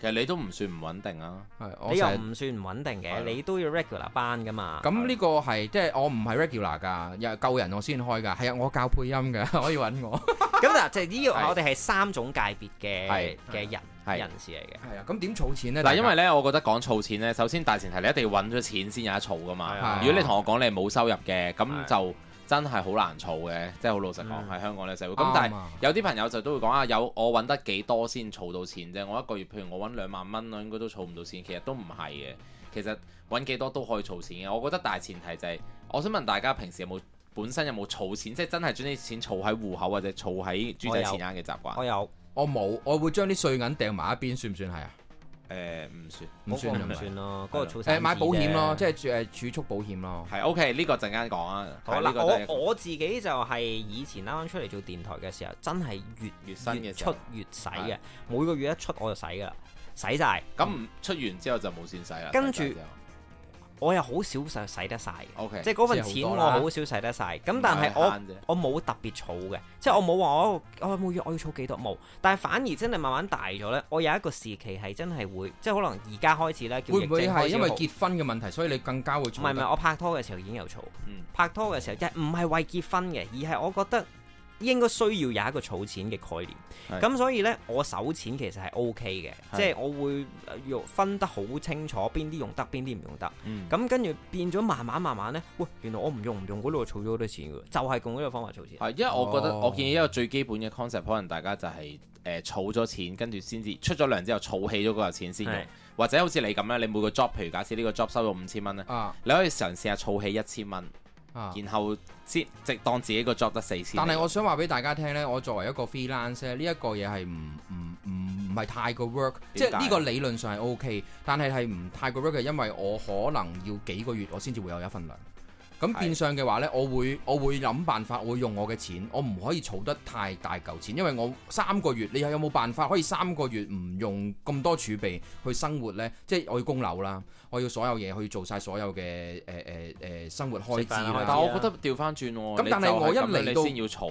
其實你都唔算唔穩定啊。係我你又成日唔算唔穩定係嘅，咯你都要 regular 班噶嘛。咁呢個係即係我唔係 regular 㗎，又係救人我先開㗎，係啊，我教配音㗎， 可以揾我。咁嗱，就係呢個係我哋係三種界別嘅係嘅人係人士嚟嘅。係啊，咁點儲錢咧？嗱，因為咧，我覺得講儲錢咧，首先大前提你一定要揾咗錢先有得儲噶嘛係啊。如果你同我講你係冇收入係嘅，咁就真係好難儲嘅，即係好老實嗯講喺香港嘅社會。啱咁啊但係有啲朋友就都會講啊，有我揾得幾多先儲到錢啫？我一個月譬如我揾兩萬蚊，我應該都儲唔到錢。其實都唔係嘅，其實揾幾多都可以儲錢嘅。我覺得大前提就係、我想問大家平時有冇本身有冇儲錢，即係真係將啲錢儲喺戶口或者儲喺豬仔錢罌嘅習慣？我有我冇，我會將啲碎銀掟埋一邊，算唔算係啊？誒唔算。唔嗰個算係唔咪算咯，嗰個儲散誒買紙保險咯，啫即係誒儲蓄保險咯。係 OK，呢個陣間講啊。好係啦呢，個都係一個我我自己就係以前啱啱出嚟做電台嘅時候，真係越越新嘅時候出越使嘅係，每個月一出我就使噶啦，使晒。咁唔出完之後就冇錢使啦。跟住使曬之後我又好少使使得晒嘅，哦 OK，即係嗰份即係錢好我多啦好少使得晒。咁但係我慳啫我冇特別儲嘅，即係我冇話我我每月我要儲幾多冇，但係反而真係慢慢大咗呢，我有一個時期係真係會，即係可能而家開始呢，叫會唔會疫症係開始因為好結婚嘅問題，所以你更加會唔儲係得？唔係，我拍拖嘅時候已經有儲。嗯拍拖嘅時候，即係唔係為結婚嘅，而係我覺得應該需要有一個儲錢嘅概念。係咁所以呢，我手錢其實係 O K 嘅，係即係我會呃用分得好清楚邊啲用得，邊啲唔用得。嗯咁跟住變咗慢慢慢慢呢，喂，原來我唔用唔用嗰度，儲咗好多錢嘅，就係用呢個方法儲錢。係，因為我覺得哦我建議一個最基本嘅 concept，可能大家就係誒儲咗錢，跟住先至出咗糧之後儲起咗嗰嚿錢先係用，或者好似你咁咧，你每個 job，譬如假設呢個 job 收到五千蚊咧，啊你可以嘗試下儲起一千蚊，啊！然後先直當自己個 job 得四千。但係我想話俾大家聽呢，我作為一個 freelance 咧，呢一個嘢係唔唔唔唔係太過 work，即點解啊係呢個理論上係 OK，但係係唔太過 work 嘅，因為我可能要幾個月我先至會有一份糧。咁係變相嘅話呢，我會我會諗辦法，我會用我嘅錢，我唔可以儲得太大嚿錢，因為我三個月，你有冇辦法可以三個月唔用咁多儲備去生活呢？即係我要供樓啦，我要所有嘢去做晒所有嘅誒誒誒生活開食支飯啊啦開支。但我覺得調翻轉喎，咁但係我一你就係咁樣嚟你到先要儲喎，誒、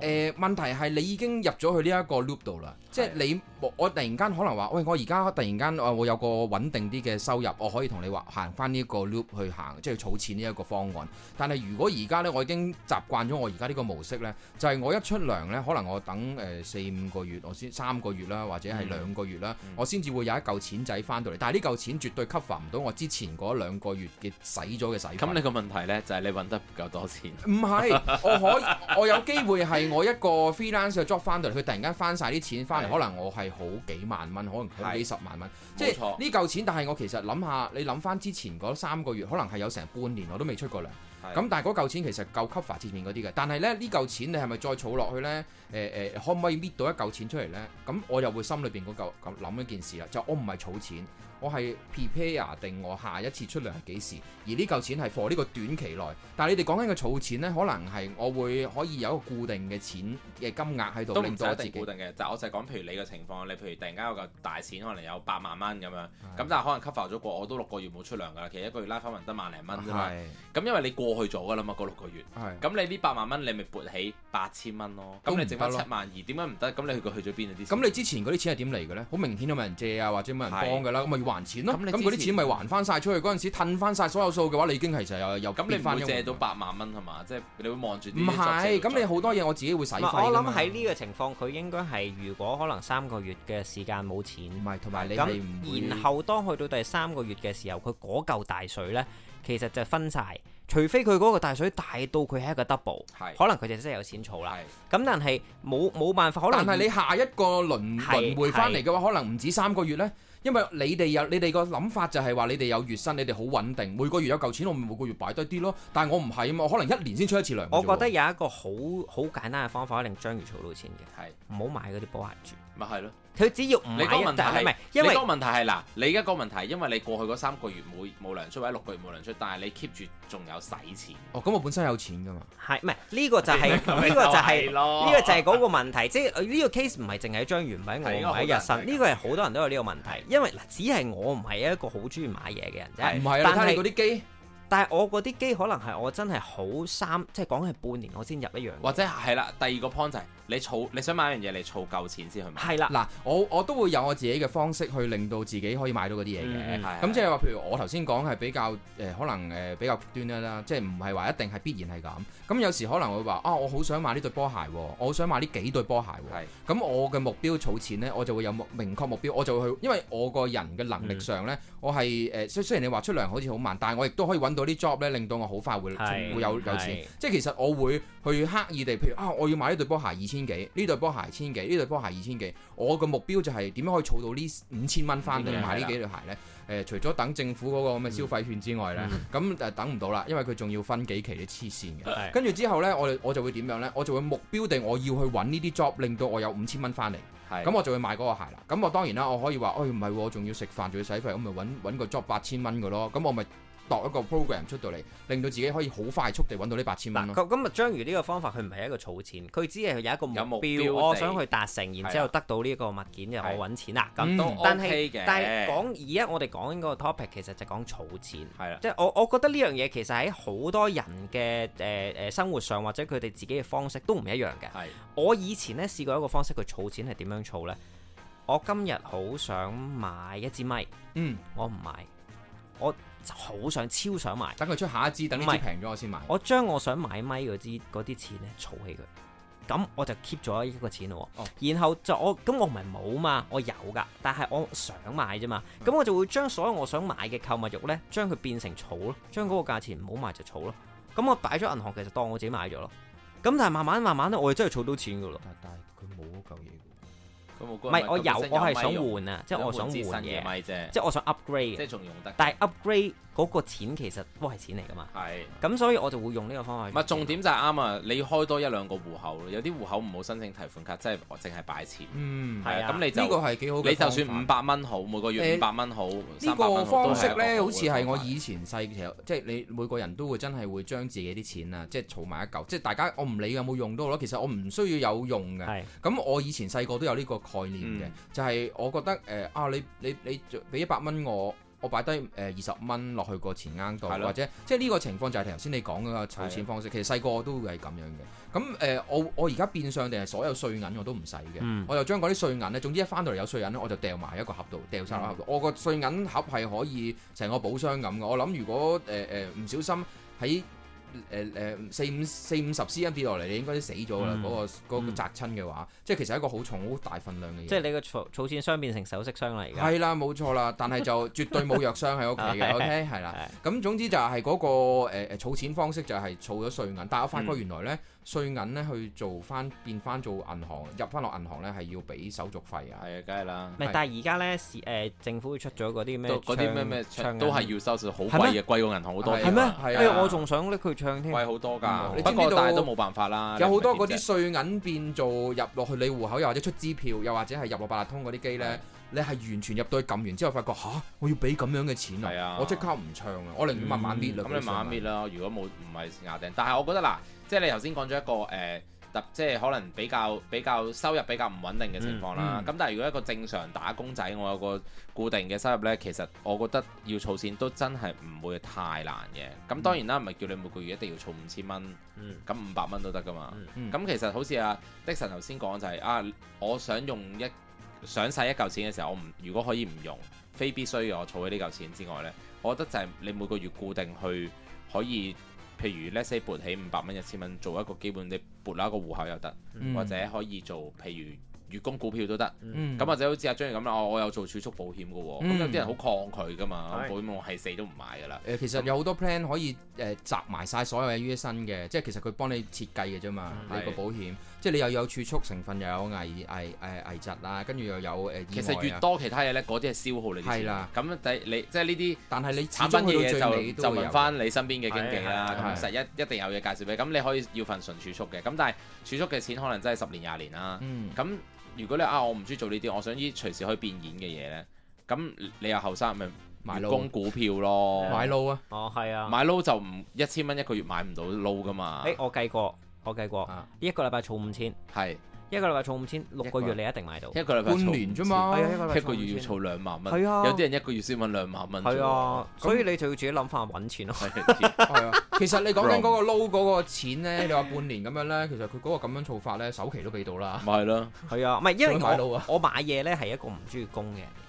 呃問題係你已經入咗去呢一個 loop 度啦，即係你我我突然間可能話，喂，我而家突然間啊，我有個穩定啲嘅收入，我可以同你話行翻呢一個 loop 去行，即係儲錢呢一個方案。但係如果而家呢，我已經習慣咗我而家呢個模式呢，就係、我一出糧呢，可能我等誒四五個月，我先三個月啦，或者係嗯兩個月啦，嗯我先至會有一嚿錢仔翻到嚟。但係呢嚿錢絕對 cover 唔到我之前嗰兩個月嘅使咗嘅使費。咁你個問題咧就係你揾得唔夠多錢。唔係，我可以，我有機會係我一個 freelance 嘅 job 翻到嚟，佢突然間翻晒啲錢翻嚟，係可能我係好幾萬蚊，可能好幾十萬蚊，即係冇錯呢嚿錢。但係我其實諗下，你諗翻之前嗰三個月，可能係有成半年我都未出過糧。係咁但係嗰嚿錢其實夠 cover 前面嗰啲嘅。但係咧呢嚿錢你係咪再儲落去呢？誒、誒、可唔可以搣到一嚿錢出嚟呢？咁我又會心裏邊嗰嚿咁諗一件事啦，就我唔係儲錢，我係 prepare 啊定我下一次出糧係幾時，而呢嚿錢係 for 呢個短期內。但係你哋講緊嘅儲錢呢，可能係我會可以有一個固定嘅錢嘅金額喺度，都令唔使到我一自定己固定嘅，就我就係講，譬如你嘅情況，你譬如突然間有個大錢，可能有八萬蚊咁樣，啊咁但係可能 cover 咗過，我都六個月冇出糧㗎啦，其實一個月拉翻埋得萬零蚊啫嘛。係咁因為你過去咗㗎啦嘛，嗰六個月，係咁你呢八萬蚊你咪撥起八千蚊咯，咁你剩翻都唔得咯七萬二，點解唔得？咁你去佢去咗邊啊？啲錢咁你之前嗰啲錢係點嚟嘅呢？好明顯有冇人借啊，或者冇人幫係㗎啦，咁咪要還錢咯。咁咁你嗰之啲前錢咪還翻晒出去嗰陣時，褪翻晒所有數嘅話，你已經其實又又咁你變唔返會咗借喎到八萬蚊係嘛？即係你會望住啲唔係，咁你好多嘢嘢我自己會使費唔係我㗎嘛諗喺呢個情況，佢應該係如果可能三個月嘅時間冇錢。唔係，同埋你係唔會咁然後當去到第三個月嘅時候，佢嗰嚿大水呢，其實就分晒。除非佢嗰個大水大到佢係一個 double，係可能佢就真係有錢儲啦。係咁但係冇冇辦法，可能但係你下一個輪係輪迴翻嚟嘅話，可能唔止三個月呢，因為你哋有你哋個諗法就係話你哋有月薪，你哋好穩定，每個月有嚿錢，我咪每個月擺低啲咯。但係我唔係啊嘛，我可能一年先出一次糧嘅啫喎。我覺得有一個好好簡單嘅方法，令章魚儲到錢嘅，係唔好買嗰啲波鞋住。咪係咯？佢只要唔買你嗰個一問題但係係唔係因因為為個問題係嗱，你而家個問題係因為你過去嗰三個月冇冇糧出或者六個月冇糧出，但係你 keep 住仲有使錢。哦，咁我本身有錢㗎嘛。係唔係呢個就 係呢個就係咯呢個就係嗰個問題，即 係呃呢個 case 唔係淨係張元，唔係我，係唔係日應該好多人新，都係呢個係好多人都有呢個問題，因為嗱，只係我唔係一個好中意買嘢嘅人啫係。唔但係啊，你睇下你係嗰啲機，但係我嗰啲機可能係我真係好三，即係講係半年我先入一樣。或者係啦，第二個 point 就係你儲，你想買一樣嘢，你儲夠錢先去買。係啦，嗱，我我都會有我自己嘅方式去令到自己可以買到嗰啲嘢嘅嗯。係咁即係話，譬如我頭先講係比較誒、呃可能誒、呃比較極端啦啦，即係唔係話一定係必然係咁。咁有時可能會話啊，我好想買呢對波鞋喎，我好想買呢幾對波鞋喎。係咁我嘅目標儲錢呢，我就會有目明確目標，我就會去，因為我個人嘅能嗯力上呢，我係誒、呃雖雖然你話出糧好似好慢，但係我亦都可以揾到啲 job 呢，令到我好快會係會有有錢係。即係其實我會去刻意地，譬如啊，我要買呢對波鞋二千幾，呢對波鞋千幾，呢對波鞋二千幾。我嘅目標就係點樣可以儲到呢五千蚊翻嚟嗯買呢幾對鞋呢？誒、除咗等政府嗰個咁嘅消費券之外呢，咁誒、等唔到啦，因為佢仲要分幾期，你黐線嘅。係跟住之後呢，我哋我就會點樣呢？我就會目標地我要去揾呢啲 job，令到我有五千蚊翻嚟，係咁我就會買嗰個鞋啦。咁我當然啦，我可以話，哎唔係喎，我仲要食飯，仲要使費，咁咪揾揾個 job 八千蚊嘅咯。咁我咪度一個 program 出到嚟，令到自己可以好快速地揾到呢八千蚊嗱，咯。咁咁啊，章魚呢個方法佢唔係一個儲錢，佢只係有一個有目目標，標我地想去達成，然之後得到呢個物件就係我揾錢啦咁。嗯都但 OK 係嘅。但係講而家我哋講緊嗰個 topic 其實就講儲錢。係啦，即係我，我覺得呢樣嘢其實喺好多人嘅誒誒生活上，或者佢哋自己嘅方式都唔一樣嘅。係我以前咧試過一個方式，佢儲錢係點樣儲呢？我今日好想買一支咪，嗯，我唔買，我好想超想買，等佢出下一支，等呢唔支係平咗我先買。我將我想買咪嗰支嗰啲錢咧儲起佢，咁我就 keep 咗一個錢咯喎。哦然後就我咁我唔係冇嘛，我有噶，但係我想買啫嘛。嗯咁我就會將所有我想買嘅購物慾呢，將佢變成儲咯，將嗰個價錢唔好賣就儲咯。咁我擺咗銀行，其實當我自己買咗咯。咁但係慢慢慢慢咧，我哋真係儲到錢噶咯。但但係佢冇嗰嚿嘢嘅咁唔唔係我有，我係想換啊，即係我想換新嘅嘢，咪啫，即係我想即 upgrade 係嘅。仲用得。但係 upgrade 嗰個錢其實都係錢嚟噶嘛，係。咁所以我就會用呢個方法唔去儲錢咯。係重點就係啱啊！你開多一兩個戶口咯，有啲戶口唔好申請提款卡，即係淨係擺錢。嗯，係啊咁你呢個就係幾好嘅你就方法。算五百蚊好，每個月誒五百蚊好，呢三百個蚊方式咧，呢，好似係我以以前細時候，即係你每個人都會真係會將自己啲錢啊，即係儲埋一嚿。即係大家我唔理有冇用到咯，其實我唔需要有用嘅。係咁我以前細個都有呢個概念嘅，嗯就係我覺得誒、啊，你你你俾一百蚊我。我擺低誒二十蚊落去個錢罌度，係咯或者即係呢個情況就係頭先你講嗰個儲係錢啊方式。其實細個我都會係咁樣嘅。咁誒、呃我我而家變相定係所有碎銀我都唔使嘅，嗯我就將嗰啲碎銀咧，總之一翻到嚟有碎銀咧，我就掉埋一個盒度，掉晒落盒度。嗯我個碎銀盒係可以成個寶箱咁嘅。我諗如果誒誒唔小心喺誒誒四五四五十 cm 跌落嚟，你應該都死咗㗎啦。嗯嗰、個嗰、個砸親嘅話，即係其實係一個好重、好大份量嘅嘢。即係你個儲儲錢箱變成首飾箱啦，而家。係啦，冇 錯啦，但係就絕對冇藥箱喺屋企嘅係，OK 係啦。咁總之就係嗰個誒誒儲錢方式就係儲咗碎銀，但係我發覺嗯原來咧碎銀咧去做翻變翻做銀行入翻落銀行咧係要俾手續費啊。係啊，梗係啦唔。係係，但係而家咧，市誒政府出咗嗰啲咩都嗰啲唱咩咩唱都係銀要收數，好係咩貴嘅，貴過銀行好多。係咩？係啊哎呀我仲想拎佢唱添。貴好多㗎嗯，你不知唔過知道但係都冇辦法啦。有好多嗰你啲唔係碎銀變做入落去你戶口，又或者出支票，又或者係入落八達通嗰啲機呢，你係完全入到去撳完之後，發覺吓，我要俾咁樣嘅錢係啊啊！嗯我即刻唔唱啊！我寧願慢慢搣啦。咁你慢慢搣啦。如果冇唔係牙定，但係我覺得嗱，即係你頭先講咗一個誒。特即係可能比較比較收入比較唔穩定嘅情況啦嗯，嗯咁、但係如果一個正常打工仔，我有個固定嘅收入呢，其實我覺得要儲錢都真係唔會太難嘅。嗯咁當然啦，唔係叫你每個月一定要儲五千蚊，嗯咁五百蚊都得噶嘛。嗯咁、其實好似阿的神頭先講就係、啊，我想用一想使一嚿錢嘅時候，我唔如果可以唔用，非必須嘅我儲起呢嚿錢之外呢，我覺得就係你每個月固定去可以，譬如 let's say 撥起五百蚊、一千蚊，做一個基本你撥落一個戶口又得，嗯或者可以做譬如月供股票都得。嗯咁啊或者好似阿張宇咁啦，我我有做儲蓄保險嘅喎，咁、嗯有啲人好抗拒噶嘛，係保險我係死都唔買噶啦。誒，其實有好多 plan 可以誒、集埋晒所有嘢於一身嘅，即係其實佢幫你設計嘅啫嘛，嗯你個係保險，即係你又有儲蓄成分，又有危危危危疾啊，跟住又有誒、意其實外越啊，多其他嘢呢，嗰啲係消耗你啲係錢啊啦。咁第你即係呢啲。但係你始產終品嘅去到最嘢尾就都就會有問。翻你身邊嘅經紀啦，係係咁實一一定有嘢介紹俾你，咁你可以要份純儲蓄嘅，咁但係儲蓄嘅錢可能真係十年廿年啦。嗯，咁如果你啊我唔中意做呢啲，我想啲隨時可以變現嘅嘢呢，咁你又後生咪買月樓供股票咯，買路啊，哦，係啊。哎買撈就唔一千蚊一個月買唔到撈噶嘛，哦誒，我計過，我計過，呢啊一個禮拜儲五千，係一個禮拜儲五千，六個月你一定買到。一個禮拜半儲年啫係嘛啊，一個禮拜一個月要儲儲兩萬蚊，係啊有啲人一個月先揾兩萬蚊，五千。係啊，，所以你就要自己諗法揾錢咯。 係係啊，其實你講緊嗰個撈嗰個錢咧，你話半年咁樣咧，其實佢嗰個咁樣做法咧，首期都俾到 啦。咪係咯，係啊，唔係因為想買樓我啊我買嘢咧係一個唔中意供嘅哎人，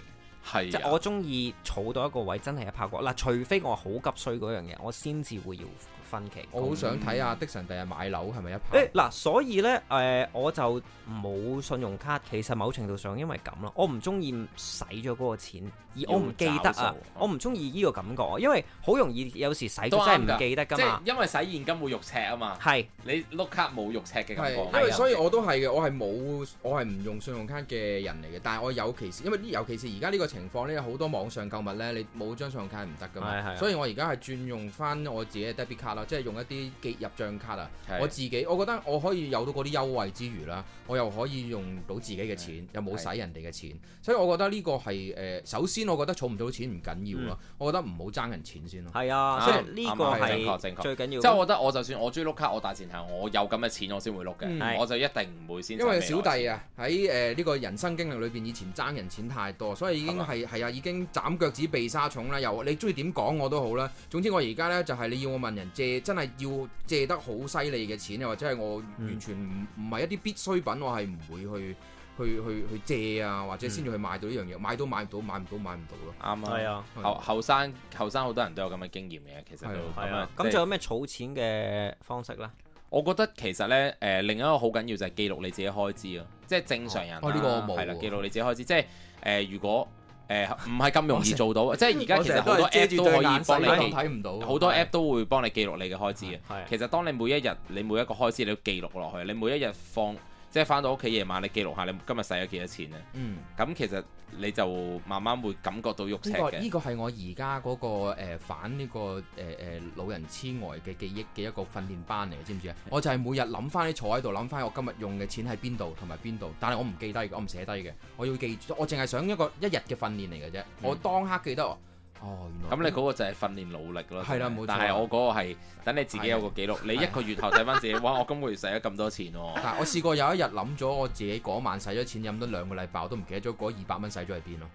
即係係啊我中意儲到一個位真係一拍過嗱，除非我好急需嗰樣嘢，我先至會要分期。我好想睇下的神第日買樓係咪一啊誒排？嗱，所以咧誒、我就冇信用卡。其實某程度上因為咁啦，我唔中意使咗嗰個錢，而我唔記得要找數啊哦，我唔中意呢個感覺，因為好容易有時使咗都啱真係㗎唔記得即㗎嘛係。因為使現金會肉赤啊嘛，係你碌卡冇肉赤嘅感係，覺，因為啊所以我都係嘅，我係冇，我係唔用信用卡嘅人嚟嘅。但係我有其是，因為尤其是而家呢個情況咧，好多網上購物咧，你冇張信用卡係唔啊得噶係係啊嘛。係所以我而家係轉用翻我自己嘅 debit 卡啦，即係用一啲記入帳卡啊。係我自己，我覺得我可以有到嗰啲優惠之餘啦，我又可以用到自己嘅錢，又冇使人哋嘅錢，所以我覺得呢個係誒、呃首先我覺得儲唔到錢唔緊要咯，我覺得唔好爭人錢先咯。係啊，所以呢個啱啱正確正係確最緊要。即係我覺得我就算我中意碌卡，我大前提我有咁嘅錢我先會碌嗯嘅，係我就一定唔會先。因為小弟，啊，喺誒呢個人生經歷裏邊，以前爭人錢太多，所以已經係係啊，已經斬腳趾避沙蟲啦。又你中意點講我都好啦。總之我而家呢，就係、你要我問人借，真係要借得好犀利嘅錢，又或者係我嗯完全唔唔係一啲必需品，我係唔會去去去去借啊，或嗯者先至去買到呢樣嘢，買都買唔到，買唔到買唔到咯。啱係啊。啊。後後生後生好多人都有咁嘅經驗嘅，其實係啊都係咁啊啊，。咁即係仲有咩儲錢嘅方式咧？我覺得其實咧，誒、另一個好緊要就係記錄你自己開支咯，即係正常人啦哦呢個我冇係啦，喎記錄你自己開支，即係誒、如果誒唔係咁容易做到，即係而家其實好多我成日 app 都都係可遮住對以幫眼你細記，睇唔到，好多 app 都會幫你記錄你嘅開支嘅。係啊其實當你每一日你每一個開支你都記錄落去，你每一日放即係翻到屋企夜晚你記錄下你今日使咗幾多錢咧，啊嗯。咁其實你就慢慢會感覺到肉赤呢、個嘅。呢、個係我而家嗰個、呃、反呢、個誒誒、呃老人痴呆嘅記憶嘅一個訓練班嚟嘅，知唔知啊？我就係每日諗翻啲坐喺度，諗翻我今日用嘅錢喺邊度同埋邊度，但係我唔記低嘅，我唔寫低嘅，我要記住，我淨係想一個一日嘅訓練嚟嘅啫。我當刻記得我，哦，原來咁你嗰個就係訓練努力咯，係啦冇錯但係我嗰個係等你自己有個記錄，你一個月後睇翻自己，哇！我今個月使咗咁 多錢喎，哦但係我試過有一日諗咗我自己嗰晚使咗錢飲咗兩個禮拜，我都唔記得咗嗰二百蚊使咗喺邊咯。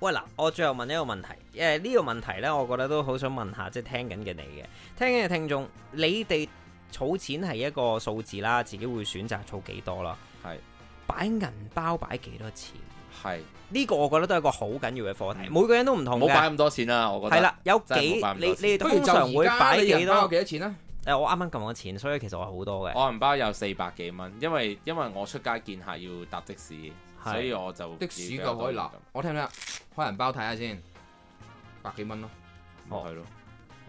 喂嗱，我最後問一個問題，誒、呢、個問題呢，我覺得都好想問下，即係聽緊嘅你嘅，聽緊嘅聽眾，你哋儲錢係一個數字啦，自己會選擇儲幾多啦，係擺銀包擺幾多錢？係呢、個我覺得都係一個好緊要嘅課題，每個人都唔嗯唔同好擺嘅。咁多錢啦，我覺得係啦，有幾真係冇擺咁你多錢你哋不如通就常會而家擺你幾人包有多？誒、幾多錢啊？我啱啱撳咗錢，所以其實我好多嘅。我銀包有四百幾蚊，因為因為我出街見客要搭的士，係所以我就的士夠可以嗱，我聽唔聽啊？開人包睇下先，百幾蚊咯，咪哦係咯。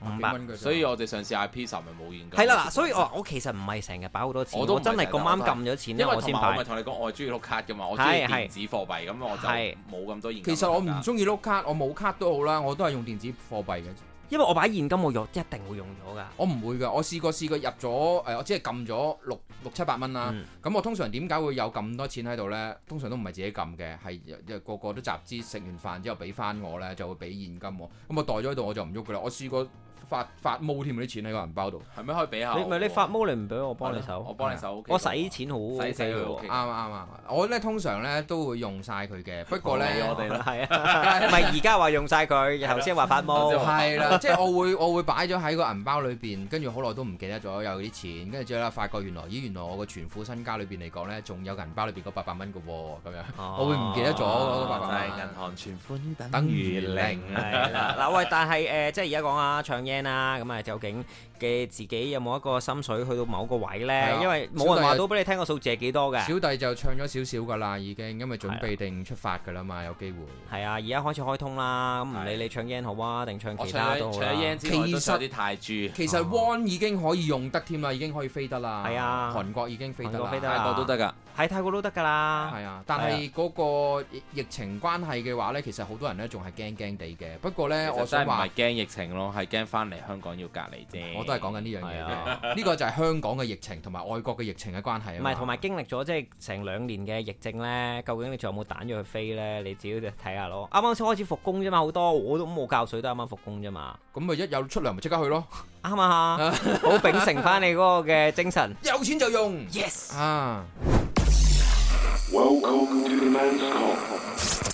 五幾百蚊佢就所以我哋上次嗌 pizza 咪冇現金。係啦，嗱，所以我我其實唔係成日擺好多錢，啊我我都唔係真係咁啱成撳咗錢因咧，為我同先埋我咪擺。同你講，我係中意碌卡噶嘛，我中意係電係子貨幣，咁我就係冇咁多現金。其實我唔中意碌卡，我冇卡都好啦，我都係用電子貨幣嘅。因為我擺現金，我用一定會用咗啊㗎。我唔會㗎，我試過試過入咗誒、呃我只係撳咗六六七百蚊啦。嗯咁、我通常點解會有咁多錢喺度呢？通常都唔係自己撳嘅，係個個都集資，食完飯之後俾翻我呢，就會俾現金我。咁我袋咗喺度我就唔喐㗎啦。我試過發發毛添嗰啲錢喺個銀包度，係咪可以俾啊下我你喎？咪你發毛你唔俾我幫你我手，幫你手 OK 㗎嘛。我使錢好使使佢 OK 啱啊啱啊！我呢通常呢都會用晒佢嘅，不過呢。哦我理我哋 啦係啊，唔係而家話用晒佢，頭先話發毛頭先話哦係啦，即 係我會我會擺咗喺個銀包裏邊，跟住好耐都唔記得咗有啲錢，跟住之後咧發覺原來咦原來我個全副身家裏邊嚟講咧，仲有銀包裏邊嗰八百蚊嘅喎，咁樣哦我會唔記得咗嗰八就係百銀蚊。行存款等等於於零零啊！係啦，嗱喂，但係誒、呃即係而家講啊，唱 yen 啦，咁啊，究竟嘅自己有冇一個心水去到某個位係咧？啊因為冇人小話弟到俾你聽個數字係幾多嘅。小弟就唱咗少少噶啦，已經因為準備定出發噶啦嘛，有機會。係啊，而家開始開通啦，咁唔理你唱 yen 好啊，定唱我其除他咗都除好咗啦。 yen 之外，都有啲泰铢，其實 One 已經可以用得添啦，已經可以飛得啦。係啊韓國已經飛得韓國啦啊飛。得泰國都得㗎。喺泰國都得㗎啦。係啊，但係嗰個疫疫情關係嘅話咧，其實好多人咧仲係驚驚地嘅。不過其咧，實我真係想唔話係。驚疫情咯，係驚翻嚟香港要隔離啫。我都係講緊呢樣係嘢啫，呢個就係香港嘅疫情同埋外國嘅疫情嘅關係啊唔嘛係，同埋經歷咗即係成兩年嘅疫症咧，究竟你仲有冇彈咗去飛咧？你自己睇下咯。啱啱先開始復工啫嘛，好多我都冇教水，都啱啱復工啫嘛。咁咪一有出糧咪即刻去咯，啱啊，好秉承翻你嗰個嘅精神。有錢就用 Yes，啊！ Welcome to the man's call.